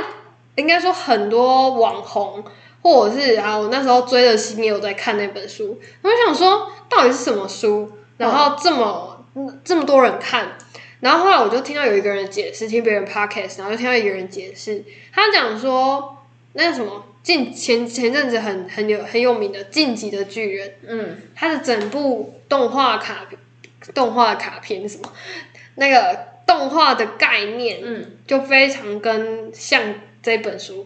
Speaker 1: 应该说很多网红或者是啊，我那时候追的星也有在看那本书，我就想说到底是什么书，然后这么、嗯这么多人看，然后后来我就听到有一个人解释，听别人 podcast，然后就听到一个人解释，他讲说那个什么近前前阵子很很有很有名的《晋级的巨人》，
Speaker 2: 嗯，
Speaker 1: 它的整部动画卡动画卡片是什么那个动画的概念，
Speaker 2: 嗯，
Speaker 1: 就非常跟像这本书，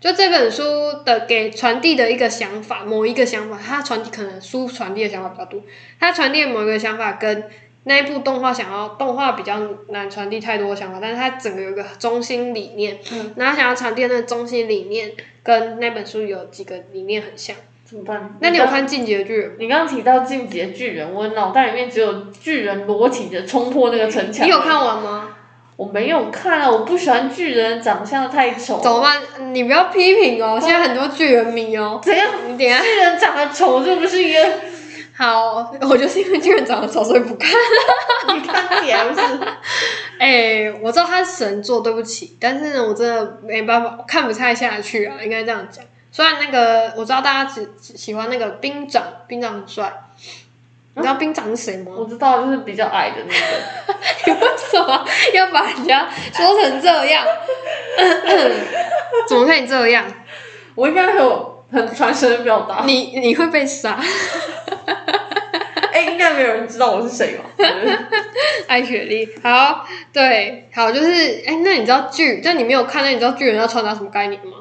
Speaker 1: 就这本书的给传递的一个想法，某一个想法，它传递可能书传递的想法比较多，它传递的某一个想法跟那一部动画想要动画比较难传递太多的想法，但是它整个有一个中心理念，
Speaker 2: 嗯
Speaker 1: 然后想要传递的那中心理念跟那本书有几个理念很像。
Speaker 2: 怎么办？
Speaker 1: 那你有
Speaker 2: 刚？
Speaker 1: 看《进击的巨人》吗？
Speaker 2: 你刚刚提到进击的巨人，我脑袋里面只有巨人裸体的冲破那个城墙。
Speaker 1: 你有？看完吗？
Speaker 2: 我没有看啊，我不喜欢巨人，长相太丑。
Speaker 1: 怎么办？你不要批评哦，现在很多巨人迷哦。
Speaker 2: 怎样？
Speaker 1: 你等一下
Speaker 2: 巨人长得丑，这不是一个？
Speaker 1: 好，我就是因为巨人长得丑，所以不看。
Speaker 2: 你看起来不是？
Speaker 1: 哎、我知道他是神作，对不起，但是呢，我真的没办法，我看不太下去啊，应该这样讲。虽然那个我知道大家只只喜欢那个兵长，兵长很帅，你知道兵长是谁吗？
Speaker 2: 我知道，就是比较矮的那个。
Speaker 1: 你为什么啊要把人家说成这样？ 怎么可以这样？
Speaker 2: 我应该会有很传神的表达。
Speaker 1: 你你会被杀，
Speaker 2: 哎、应该没有人知道我是谁吧？
Speaker 1: 艾雪莉。好，对，好，就是哎、那你知道巨？但你没有看，那你知道巨人要传达什么概念吗？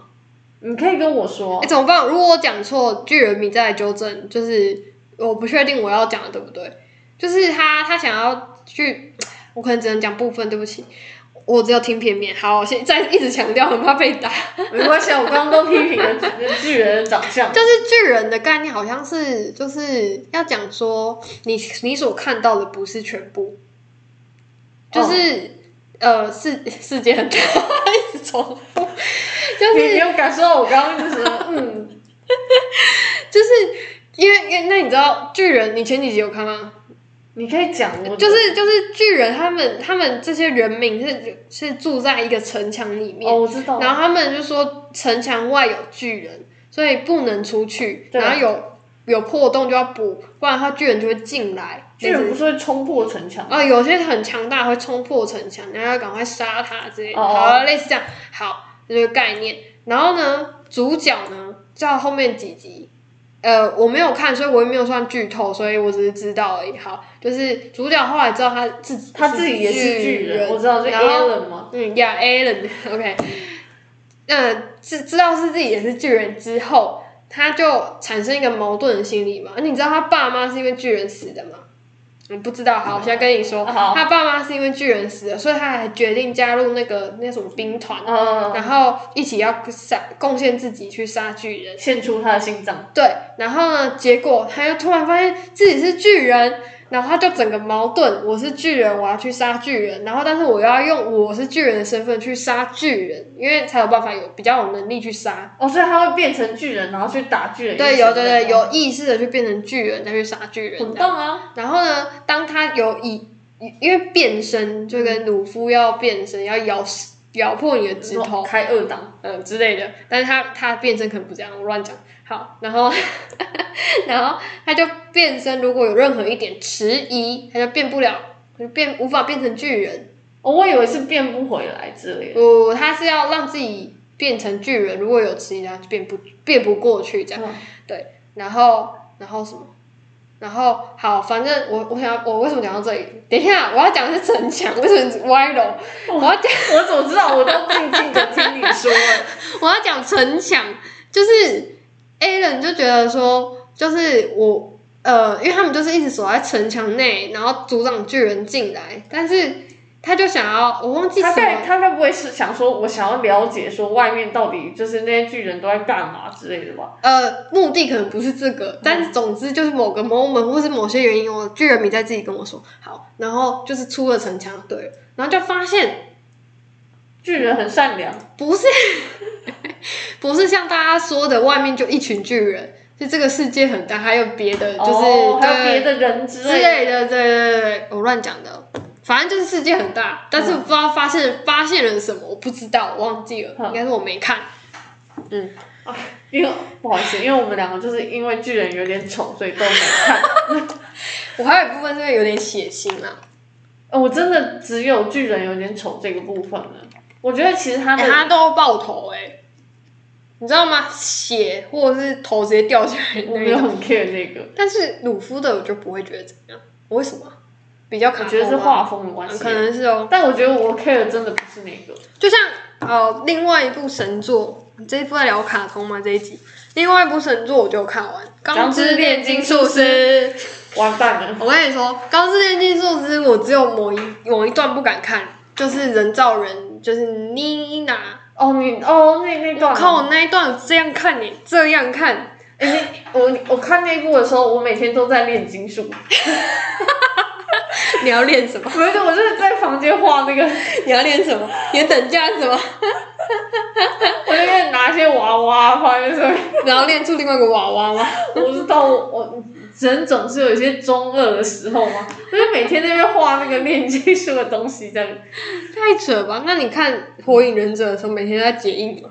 Speaker 2: 你可以跟我说
Speaker 1: 哎、。怎么办？如果我讲错，巨人迷再来纠正。就是我不确定我要讲的对不对。就是他他想要去，我可能只能讲部分，对不起，我只有听片面。好，我现在一直强调，很怕被打。
Speaker 2: 没关系，啊，我刚刚都批评了巨人的长相。
Speaker 1: 就是巨人的概念好像是就是要讲说你你所看到的不是全部，就是、呃世世界很大， 一直重复，就
Speaker 2: 你你
Speaker 1: 是
Speaker 2: 有感受到我刚刚就是嗯，
Speaker 1: 就是因为因为那你知道巨人你前几集有看吗？
Speaker 2: 你可以讲我
Speaker 1: 就是就是巨人他们他们这些人民是是住在一个城墙里面，
Speaker 2: 哦，我知道，
Speaker 1: 然后他们就说城墙外有巨人，所以不能出去，
Speaker 2: 对
Speaker 1: 然后有有破洞就要补，不然的话巨人就会进来。
Speaker 2: 巨人不是会冲破城墙吗？
Speaker 1: 哦，有些很强大会冲破城墙，然后要赶快杀他之类的，
Speaker 2: 哦哦
Speaker 1: 好，类似这样。好，这就是概念。然后呢，主角呢，到后面几集，呃，我没有看，所以我也没有算剧透，所以我只是知道而已。好，就是主角后来知道他自己
Speaker 2: 他自己也是巨人，我知道是
Speaker 1: 然后
Speaker 2: Alan 吗？
Speaker 1: 嗯，Yeah, Alan, OK。呃，知知道是自己也是巨人之后，他就产生一个矛盾的心理嘛。啊你知道他爸妈是因为巨人死的吗？嗯，不知道。好，我现在跟你说，
Speaker 2: 好
Speaker 1: 他爸妈是因为巨人死的，所以他还决定加入那个那什么兵团，
Speaker 2: 嗯，
Speaker 1: 然后一起要杀贡献自己去杀巨人。
Speaker 2: 献出他的心脏，
Speaker 1: 对，然后呢，结果他又突然发现自己是巨人，然后他就整个矛盾，我是巨人，我要去杀巨人，然后但是我要用我是巨人的身份去杀巨人，因为才有办法有比较有能力去杀。
Speaker 2: 哦，所以他会变成巨人，然后去打巨人。
Speaker 1: 对，有对对，
Speaker 2: 有，
Speaker 1: 有意识的去变成巨人，再去杀巨人。
Speaker 2: 很棒啊！
Speaker 1: 然后呢，当他有以因为变身就跟鲁夫要变身，要咬死咬破你的指头，
Speaker 2: 开二档，
Speaker 1: 嗯之类的，但是他他变身可能不这样，我乱讲。好，然后 然后他就变身，如果有任何一点迟疑，他就变不了，就变无法变成巨人。
Speaker 2: 哦，我以为是变不回来之类的。
Speaker 1: 不、他是要让自己变成巨人，如果有迟疑，他就变不变不过去这样。
Speaker 2: 嗯
Speaker 1: 对，然后然后什么？然后好，反正我我想要我为什么讲到这里？等一下，我要讲的是城墙，为什么歪楼？我要讲。
Speaker 2: 我怎么知道？我都静静的听你说了。
Speaker 1: 我要讲城墙，就是 a l a n 就觉得说，就是我呃，因为他们就是一直守在城墙内，然后阻挡巨人进来，但是他就想要，我忘记什
Speaker 2: 他该
Speaker 1: 么。
Speaker 2: 他该不会是想说，我想要了解说外面到底就是那些巨人都在干嘛之类的吧？
Speaker 1: 呃，目的可能不是这个，但是总之就是某个 moment 或是某些原因，我巨人迷在自己跟我说好，然后就是出了城墙，对，然后就发现
Speaker 2: 巨人很善良，
Speaker 1: 不是 不是像大家说的外面就一群巨人，是这个世界很大，还有别的，就是、
Speaker 2: 哦、还有
Speaker 1: 对
Speaker 2: 别的人之
Speaker 1: 之
Speaker 2: 类的。
Speaker 1: 类的，对对对对，我乱讲的。反正就是世界很大，但是
Speaker 2: 嗯
Speaker 1: 我不知道发现、发现了什么，我不知道，我忘记了，
Speaker 2: 嗯
Speaker 1: 应该是我没看。嗯，
Speaker 2: 因为不好意思，因为我们两个就是因为巨人有点丑，所以都没看。
Speaker 1: 我还有一部分是有点血腥啊啦，
Speaker 2: 呃我真的只有巨人有点丑这个部分了。我觉得其实他
Speaker 1: 哎、
Speaker 2: 的、
Speaker 1: 他都爆头哎、你知道吗？血或者是头直接掉下来
Speaker 2: 我
Speaker 1: 那
Speaker 2: 没有
Speaker 1: 种。
Speaker 2: 很 care 这个，
Speaker 1: 但是鲁夫的我就不会觉得怎样，我为什么啊？比较卡
Speaker 2: 我觉得是
Speaker 1: 通吗
Speaker 2: 画风的关
Speaker 1: 嗯
Speaker 2: 系
Speaker 1: 可。能是哦。
Speaker 2: 但我觉得我 care 真的不是那个，
Speaker 1: 就像呃，另外一部神作，你这一部在聊卡通吗？这一集，另外一部神作我就有看完《钢之炼金术师》。
Speaker 2: 完蛋了。
Speaker 1: 我跟你说，《钢之炼金术师》我只有某一某一段不敢看，就是人造人，就是妮娜。
Speaker 2: 哦，你哦那那段
Speaker 1: 我
Speaker 2: 啊，
Speaker 1: 靠，我那一段这样看你，这样看，
Speaker 2: 哎、那我我看那部的时候，我每天都在练金术，
Speaker 1: 你要练什么？
Speaker 2: 不是，我就是在房间画那个，
Speaker 1: 你要练什么？你的等价是什么？
Speaker 2: 我就开始拿一些娃娃放在上面。
Speaker 1: 然后练出另外一个娃娃吗？
Speaker 2: 我知道我我人总是有一些中二的时候嘛，就是每天在那边画那个练技术的东西这样。
Speaker 1: 太扯了吧！那你看《火影忍者》的时候，每天在解印吗？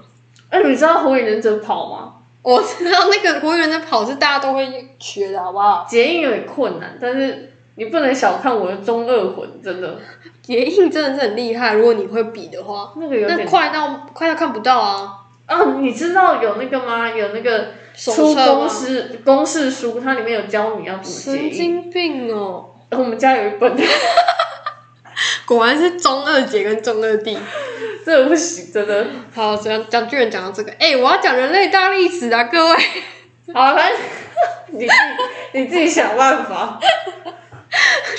Speaker 2: 哎、你知道火影忍者跑吗？
Speaker 1: 我知道那个国语人的跑是大家都会学的，好不好？
Speaker 2: 结印有点困难，但是你不能小看我的中二魂，真的
Speaker 1: 捷印真的是很厉害，如果你会比的话，
Speaker 2: 那个有
Speaker 1: 那
Speaker 2: 点。
Speaker 1: 快到快到看不到啊，
Speaker 2: 啊，你知道有那个吗？有那个
Speaker 1: 手
Speaker 2: 出
Speaker 1: 册
Speaker 2: 公
Speaker 1: 吗
Speaker 2: 式公式书，它里面有教你要怎么结
Speaker 1: 神
Speaker 2: 印。
Speaker 1: 经病哦！
Speaker 2: 我们家有一本，
Speaker 1: 果然是中二姐跟中二弟。
Speaker 2: 这不行，真的。
Speaker 1: 好，讲讲居然讲到这个，哎、我要讲人类大历史啊，各位。
Speaker 2: 好，反正 你自己你自己想办法。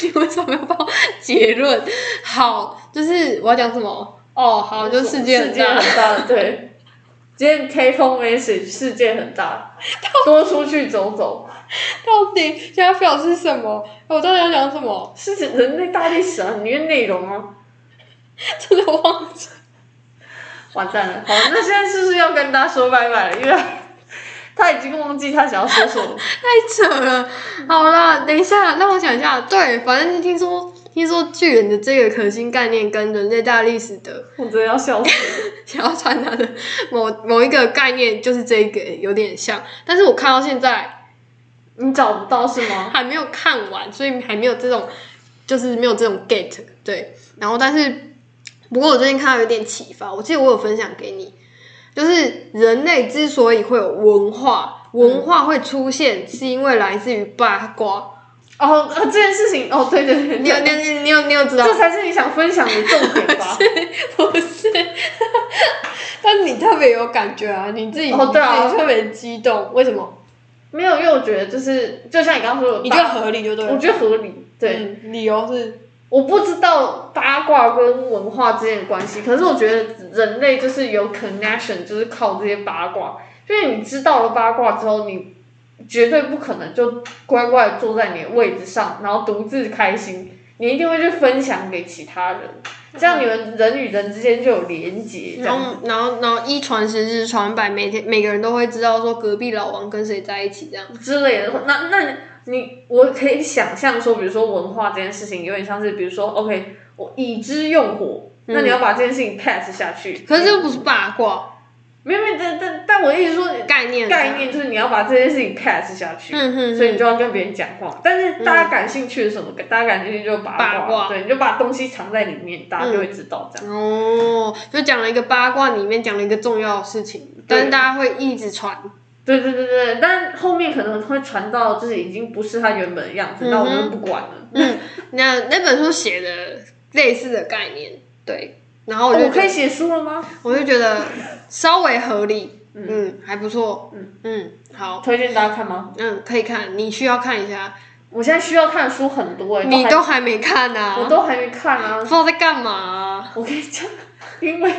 Speaker 1: 你为什么要报结论？好，就是我要讲什么？哦，好，就是世界很
Speaker 2: 世界
Speaker 1: 大。
Speaker 2: 很大，对。今天 take home message，世界很大，多出去走走，
Speaker 1: 到底现在表示什么？我到底要讲什么？
Speaker 2: 是指人类大历史啊，里面内容啊。
Speaker 1: 真的忘记。
Speaker 2: 完蛋了，好，那现在是不是要跟大家说拜拜了？因为 他已经忘记他想要说什么。
Speaker 1: 太扯了。好啦，等一下，让我想一下。对，反正听说听说巨人的这个可心概念跟人类大历史的
Speaker 2: 我真的要笑死！
Speaker 1: 想要传达的某某一个概念，就是这个有点像。但是我看到现在
Speaker 2: 你找不到是吗？
Speaker 1: 还没有看完，所以还没有这种就是没有这种 get。对，然后但是不过我最近看到有点启发，我记得我有分享给你，就是人类之所以会有文化，文化会出现是因为来自于八卦。
Speaker 2: 哦，啊，这件事情，哦，对对 对，
Speaker 1: 你有你有你有你有你有知道
Speaker 2: 这？才是你想分享的重点吧？
Speaker 1: 不 是， 但是你特别有感觉啊，你自己
Speaker 2: 哦对啊
Speaker 1: 你自己特别激动，为什么？
Speaker 2: 没有，因为我觉得就是，就像你刚刚说的，
Speaker 1: 你觉得合理就对了。
Speaker 2: 我觉得合理，对。
Speaker 1: 嗯理由是
Speaker 2: 我不知道八卦跟文化之间的关系，可是我觉得人类就是有 connection，就是靠这些八卦。就是你知道了八卦之后，你绝对不可能就乖乖地坐在你的位置上，然后独自开心，你一定会去分享给其他人，这样你们人与人之间就有连结。这
Speaker 1: 然
Speaker 2: 样
Speaker 1: 后然后然后一传十，日传百，每天每个人都会知道说隔壁老王跟谁在一起这样。
Speaker 2: 之类的。那那你我可以想象说，比如说文化这件事情，有点像是比如说，OK，我已知用火，那你要把这件事情 pass 下去。
Speaker 1: 可是这又不是八卦
Speaker 2: 没有没有，但但但我的意思说，
Speaker 1: 概念，啊
Speaker 2: 概。念就是你要把这件事情 pass 下去，
Speaker 1: 嗯哼，
Speaker 2: 所以你就要跟别人讲话。但是大家感兴趣的是什么，大家感兴趣就八
Speaker 1: 八卦
Speaker 2: 对，你就把东西藏在里面，大家就会知道这样。
Speaker 1: 哦，就讲了一个八卦，里面讲了一个重要的事情，但是大家会一直传。
Speaker 2: 对对对对，但后面可能会传到就是已经不是他原本的样子，那我们就不管了。
Speaker 1: 嗯，那那本书写的类似的概念，对。然后我
Speaker 2: 哦
Speaker 1: 就觉
Speaker 2: 我可
Speaker 1: 得，
Speaker 2: 以写书了吗？
Speaker 1: 我就觉得稍微合理，嗯，还不错，嗯好，
Speaker 2: 推荐大家看吗？
Speaker 1: 嗯，可以看，你需要看一下，
Speaker 2: 我现在需要看的书很多哎、
Speaker 1: 你
Speaker 2: 还
Speaker 1: 都还没看呢、
Speaker 2: 我
Speaker 1: 啊，
Speaker 2: 都还没看啊
Speaker 1: 不。知道在干嘛啊、
Speaker 2: 我跟你讲，因为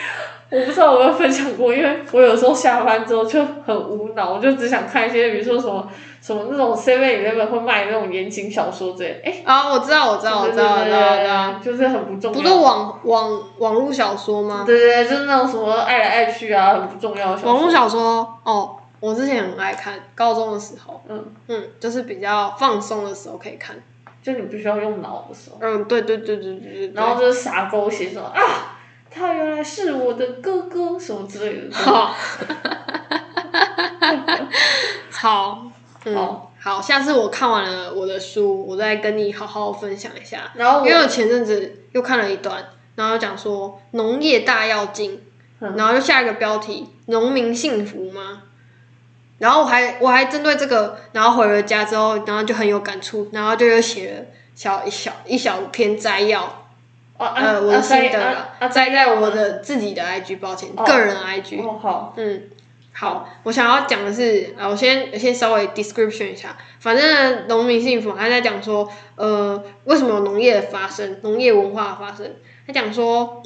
Speaker 2: 我不知道我有没有分享过，因为我有时候下班之后就很无脑，我就只想看一些，比如说什么什么那种 Seven Eleven 会卖那种言情小说之类的。哎、
Speaker 1: 啊，我知道，我知道，我知道，我知道，我知道，
Speaker 2: 对对对就是很不重要。
Speaker 1: 不是网网网络小说吗？
Speaker 2: 对对对，就是那种什么爱来爱去啊，很不重要的小
Speaker 1: 网络
Speaker 2: 说。
Speaker 1: 小说哦，我之前很爱看，高中的时候，
Speaker 2: 嗯
Speaker 1: 嗯，就是比较放松的时候可以看，
Speaker 2: 就你必须要用脑的时候，
Speaker 1: 嗯，对对对对对对对，
Speaker 2: 然后就是傻狗血什么啊，他原来是我的哥哥什么之类 的。
Speaker 1: 好，好，嗯
Speaker 2: 好，
Speaker 1: 好，下次我看完了我的书，我再跟你好好分享一下。
Speaker 2: 然后
Speaker 1: 因
Speaker 2: 我
Speaker 1: 为我前阵子又看了一段，然后讲说农业大跃进，
Speaker 2: 嗯
Speaker 1: 然后就下一个标题“农民幸福吗”，然后我还我还针对这个，然后回了家之后，然后就很有感触，然后就又写了小一小一小篇摘要，
Speaker 2: 啊啊
Speaker 1: 呃，我
Speaker 2: 啊
Speaker 1: 的心得
Speaker 2: 啊
Speaker 1: 了，
Speaker 2: 啊
Speaker 1: 摘在我的自己的 IG，抱歉，
Speaker 2: 哦
Speaker 1: 个人 IG。
Speaker 2: 哦好，
Speaker 1: 嗯，好，我想要讲的是，啊，我先我先稍微 description 一下，反正农民幸福，他在讲说，呃，为什么有农业的发生，农业文化的发生，他讲说，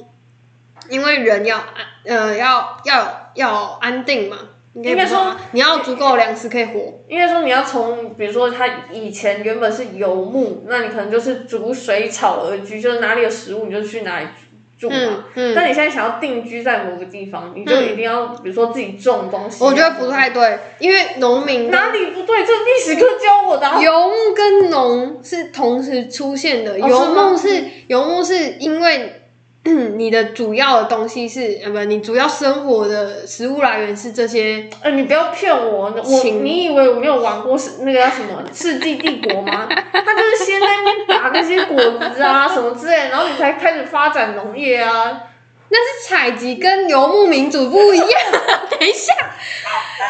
Speaker 1: 因为人要安，呃，要要要安定嘛，应该
Speaker 2: 应该
Speaker 1: 不是吗你要有足够的粮食可以活，
Speaker 2: 应该说你要从，比如说它以前原本是游牧，那你可能就是逐水草而居，就是哪里有食物你就去哪里住嘛。
Speaker 1: 嗯嗯，
Speaker 2: 但你现在想要定居在某个地方，你就一定要，比如说自己种东西。
Speaker 1: 我觉得不太对，因为农民
Speaker 2: 哪里不对，这历史课教我的啊、
Speaker 1: 游牧跟农是同时出现的，
Speaker 2: 哦
Speaker 1: 游
Speaker 2: 是吗
Speaker 1: 牧是游牧是因为 你的主要的东西是呃不，你主要生活的食物来源是这些，
Speaker 2: 呃，你不要骗我，我
Speaker 1: 请
Speaker 2: 你以为我没有玩过是那个叫什么《世纪帝国》 吗？他就是先在那边打那些果子啊什么之类，然后你才开始发展农业啊。
Speaker 1: 那是采集跟游牧民族不 一样。
Speaker 3: 等一下，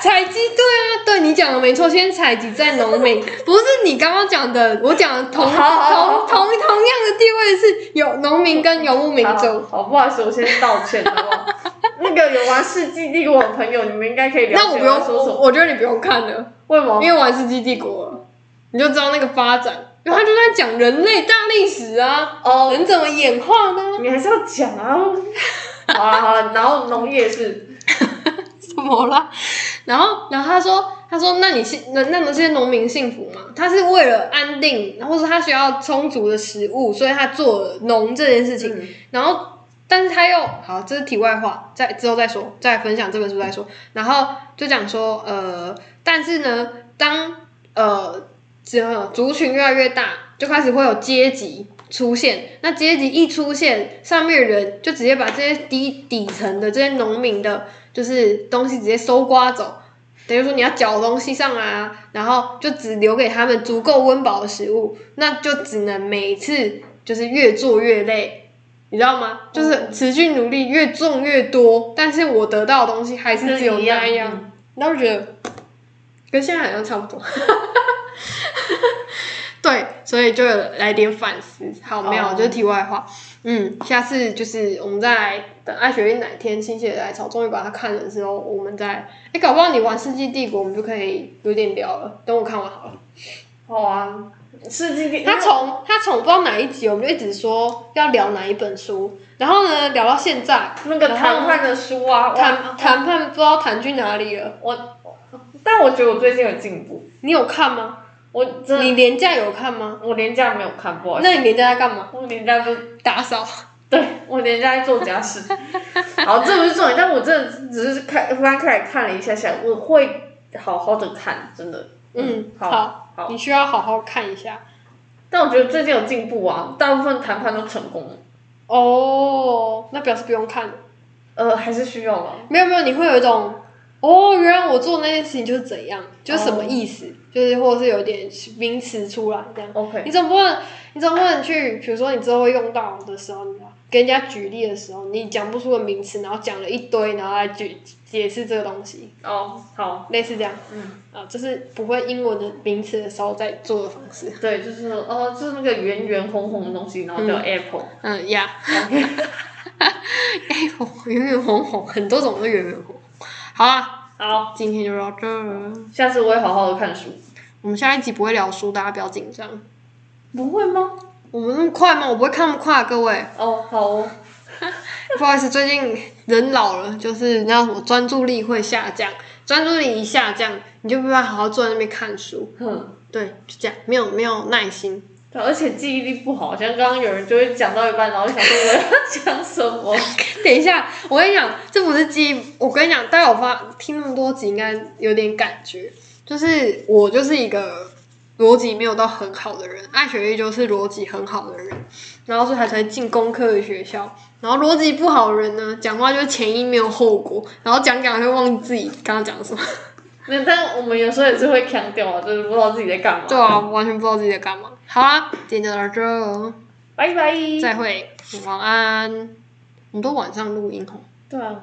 Speaker 1: 采集对啊，对你讲的没错，先采集再农 民，不是你刚刚讲的，我讲的同同
Speaker 2: 好好好
Speaker 1: 同同样的地位是有农民跟游牧民
Speaker 2: 好
Speaker 1: 族。
Speaker 2: 好，不好意思，我先道歉，好不好？那个有玩《世纪帝国》的朋友，你们应该可以了解
Speaker 1: 那我不用
Speaker 2: 在说什么。
Speaker 1: 我觉得你不用看了，
Speaker 2: 为什么？
Speaker 1: 因为玩《世纪帝国》了，你就知道那个发展，因为他就在讲人类大历史啊，
Speaker 2: 哦
Speaker 1: 人怎么演化呢？
Speaker 2: 你还是要讲啊。好了好了，然后农业是，
Speaker 1: 怎么啦？然后，然后他说，他说，那你幸那那么这些农民幸福吗？他是为了安定，或者他需要充足的食物，所以他做了农这件事情。
Speaker 2: 嗯
Speaker 1: 然后，但是他又好，这是题外话，再之后再说，再分享这本书再说。然后就讲说，呃，但是呢，当呃，只要族群越来越大，就开始会有阶级出现。那阶级一出现，上面的人就直接把这些低底层的这些农民的，就是东西直接搜刮走。等于说你要缴东西上来啊，然后就只留给他们足够温饱的食物，那就只能每次就是越做越累，你知道吗？
Speaker 2: 哦
Speaker 1: 就是持续努力，越种越多，但是我得到的东西还是只有
Speaker 2: 就一样
Speaker 1: 那样。
Speaker 2: 嗯
Speaker 1: 然后就觉得跟现在好像差不多。对，所以就来点反思。好，没有
Speaker 2: 哦
Speaker 1: 就是题外话。嗯，下次就是我们再来等爱学院哪天心血来潮，终于把它看了之后，我们再哎，搞不好你玩《世纪帝国》，我们就可以有点聊了。等我看完好了。
Speaker 2: 好啊。世纪帝，
Speaker 1: 他从他从不知道哪一集，我们就一直说要聊哪一本书，然后呢聊到现在，
Speaker 2: 那个谈判的书啊，哇
Speaker 1: 谈谈判不知道谈去哪里了。
Speaker 2: 我，但我觉得我最近有进步。
Speaker 1: 你有看吗？
Speaker 2: 我真
Speaker 1: 你
Speaker 2: 的，
Speaker 1: 廉价有看吗？
Speaker 2: 我连假没有看过，
Speaker 1: 那你廉价在干嘛？
Speaker 2: 我连假都，
Speaker 1: 打扫。
Speaker 2: 对我连假在做家 事。好，这不是重点，但我真的只是看翻开来看了一下下，我会好好的看，真的。
Speaker 1: 嗯，
Speaker 2: 好。好
Speaker 1: 你需要好好看一下。
Speaker 2: 但我觉得最近有进步啊，大部分谈判都成功了。
Speaker 1: 哦，那表示不用看了。
Speaker 2: 呃，还是需要啊。
Speaker 1: 没有没有，你会有一种哦，原来我做那件事情就是怎样，就是什么意思，
Speaker 2: 哦
Speaker 1: 就是或者是有点名词出来这样。你
Speaker 2: OK，
Speaker 1: 总不能，你总不能去，比如说你之后会用到的时候，你知道，给人家举例的时候，你讲不出个名词，然后讲了一堆，然后来解解释这个东西，
Speaker 2: 哦，好，
Speaker 1: 类似这样。
Speaker 2: 嗯，
Speaker 1: 啊，这是不会英文的名词的时候在做的方式。
Speaker 2: 对，就是哦，就是那个圆圆红红的东西，然后叫 Apple。
Speaker 1: 嗯呀。
Speaker 2: OK，
Speaker 1: 哎，我 圆圆红红，很多种都圆圆红红。好啊，
Speaker 2: 好，
Speaker 1: 今天就到这儿。
Speaker 2: 下次我会好好的看书。
Speaker 1: 我们下一集不会聊书，大家不要紧张。
Speaker 2: 不会吗？
Speaker 1: 我们那么快吗？我不会看那么快、啊，各位。
Speaker 2: 哦，好哦。
Speaker 1: 不好意思，最近人老了，就是你知道什么专注力会下降，专注力一下降，你就没办法好好坐在那边看书。
Speaker 2: 哼。
Speaker 1: 对，就这样，没有没有耐心。
Speaker 2: 对，而且记忆力不好，像刚刚有人就会讲到一半，然后想说我要讲什么。
Speaker 1: 等一下，我跟你讲，这不是记忆。我跟你讲，大家有发听那么多集，应该有点感觉，就是我就是一个逻辑没有到很好的人，爱学艺就是逻辑很好的人，然后所以他才进工科的学校。然后逻辑不好的人呢，讲话就是前因没有后果，然后讲讲会忘记自己刚刚讲什么。
Speaker 2: 那但我们有时候也是会强调啊，就是不知道自己在干嘛。
Speaker 1: 对啊，我完全不知道自己在干嘛。好啦，今天就到这儿，
Speaker 2: 拜拜。
Speaker 1: 再会，晚安。我们都晚上录音哦。
Speaker 2: 对啊，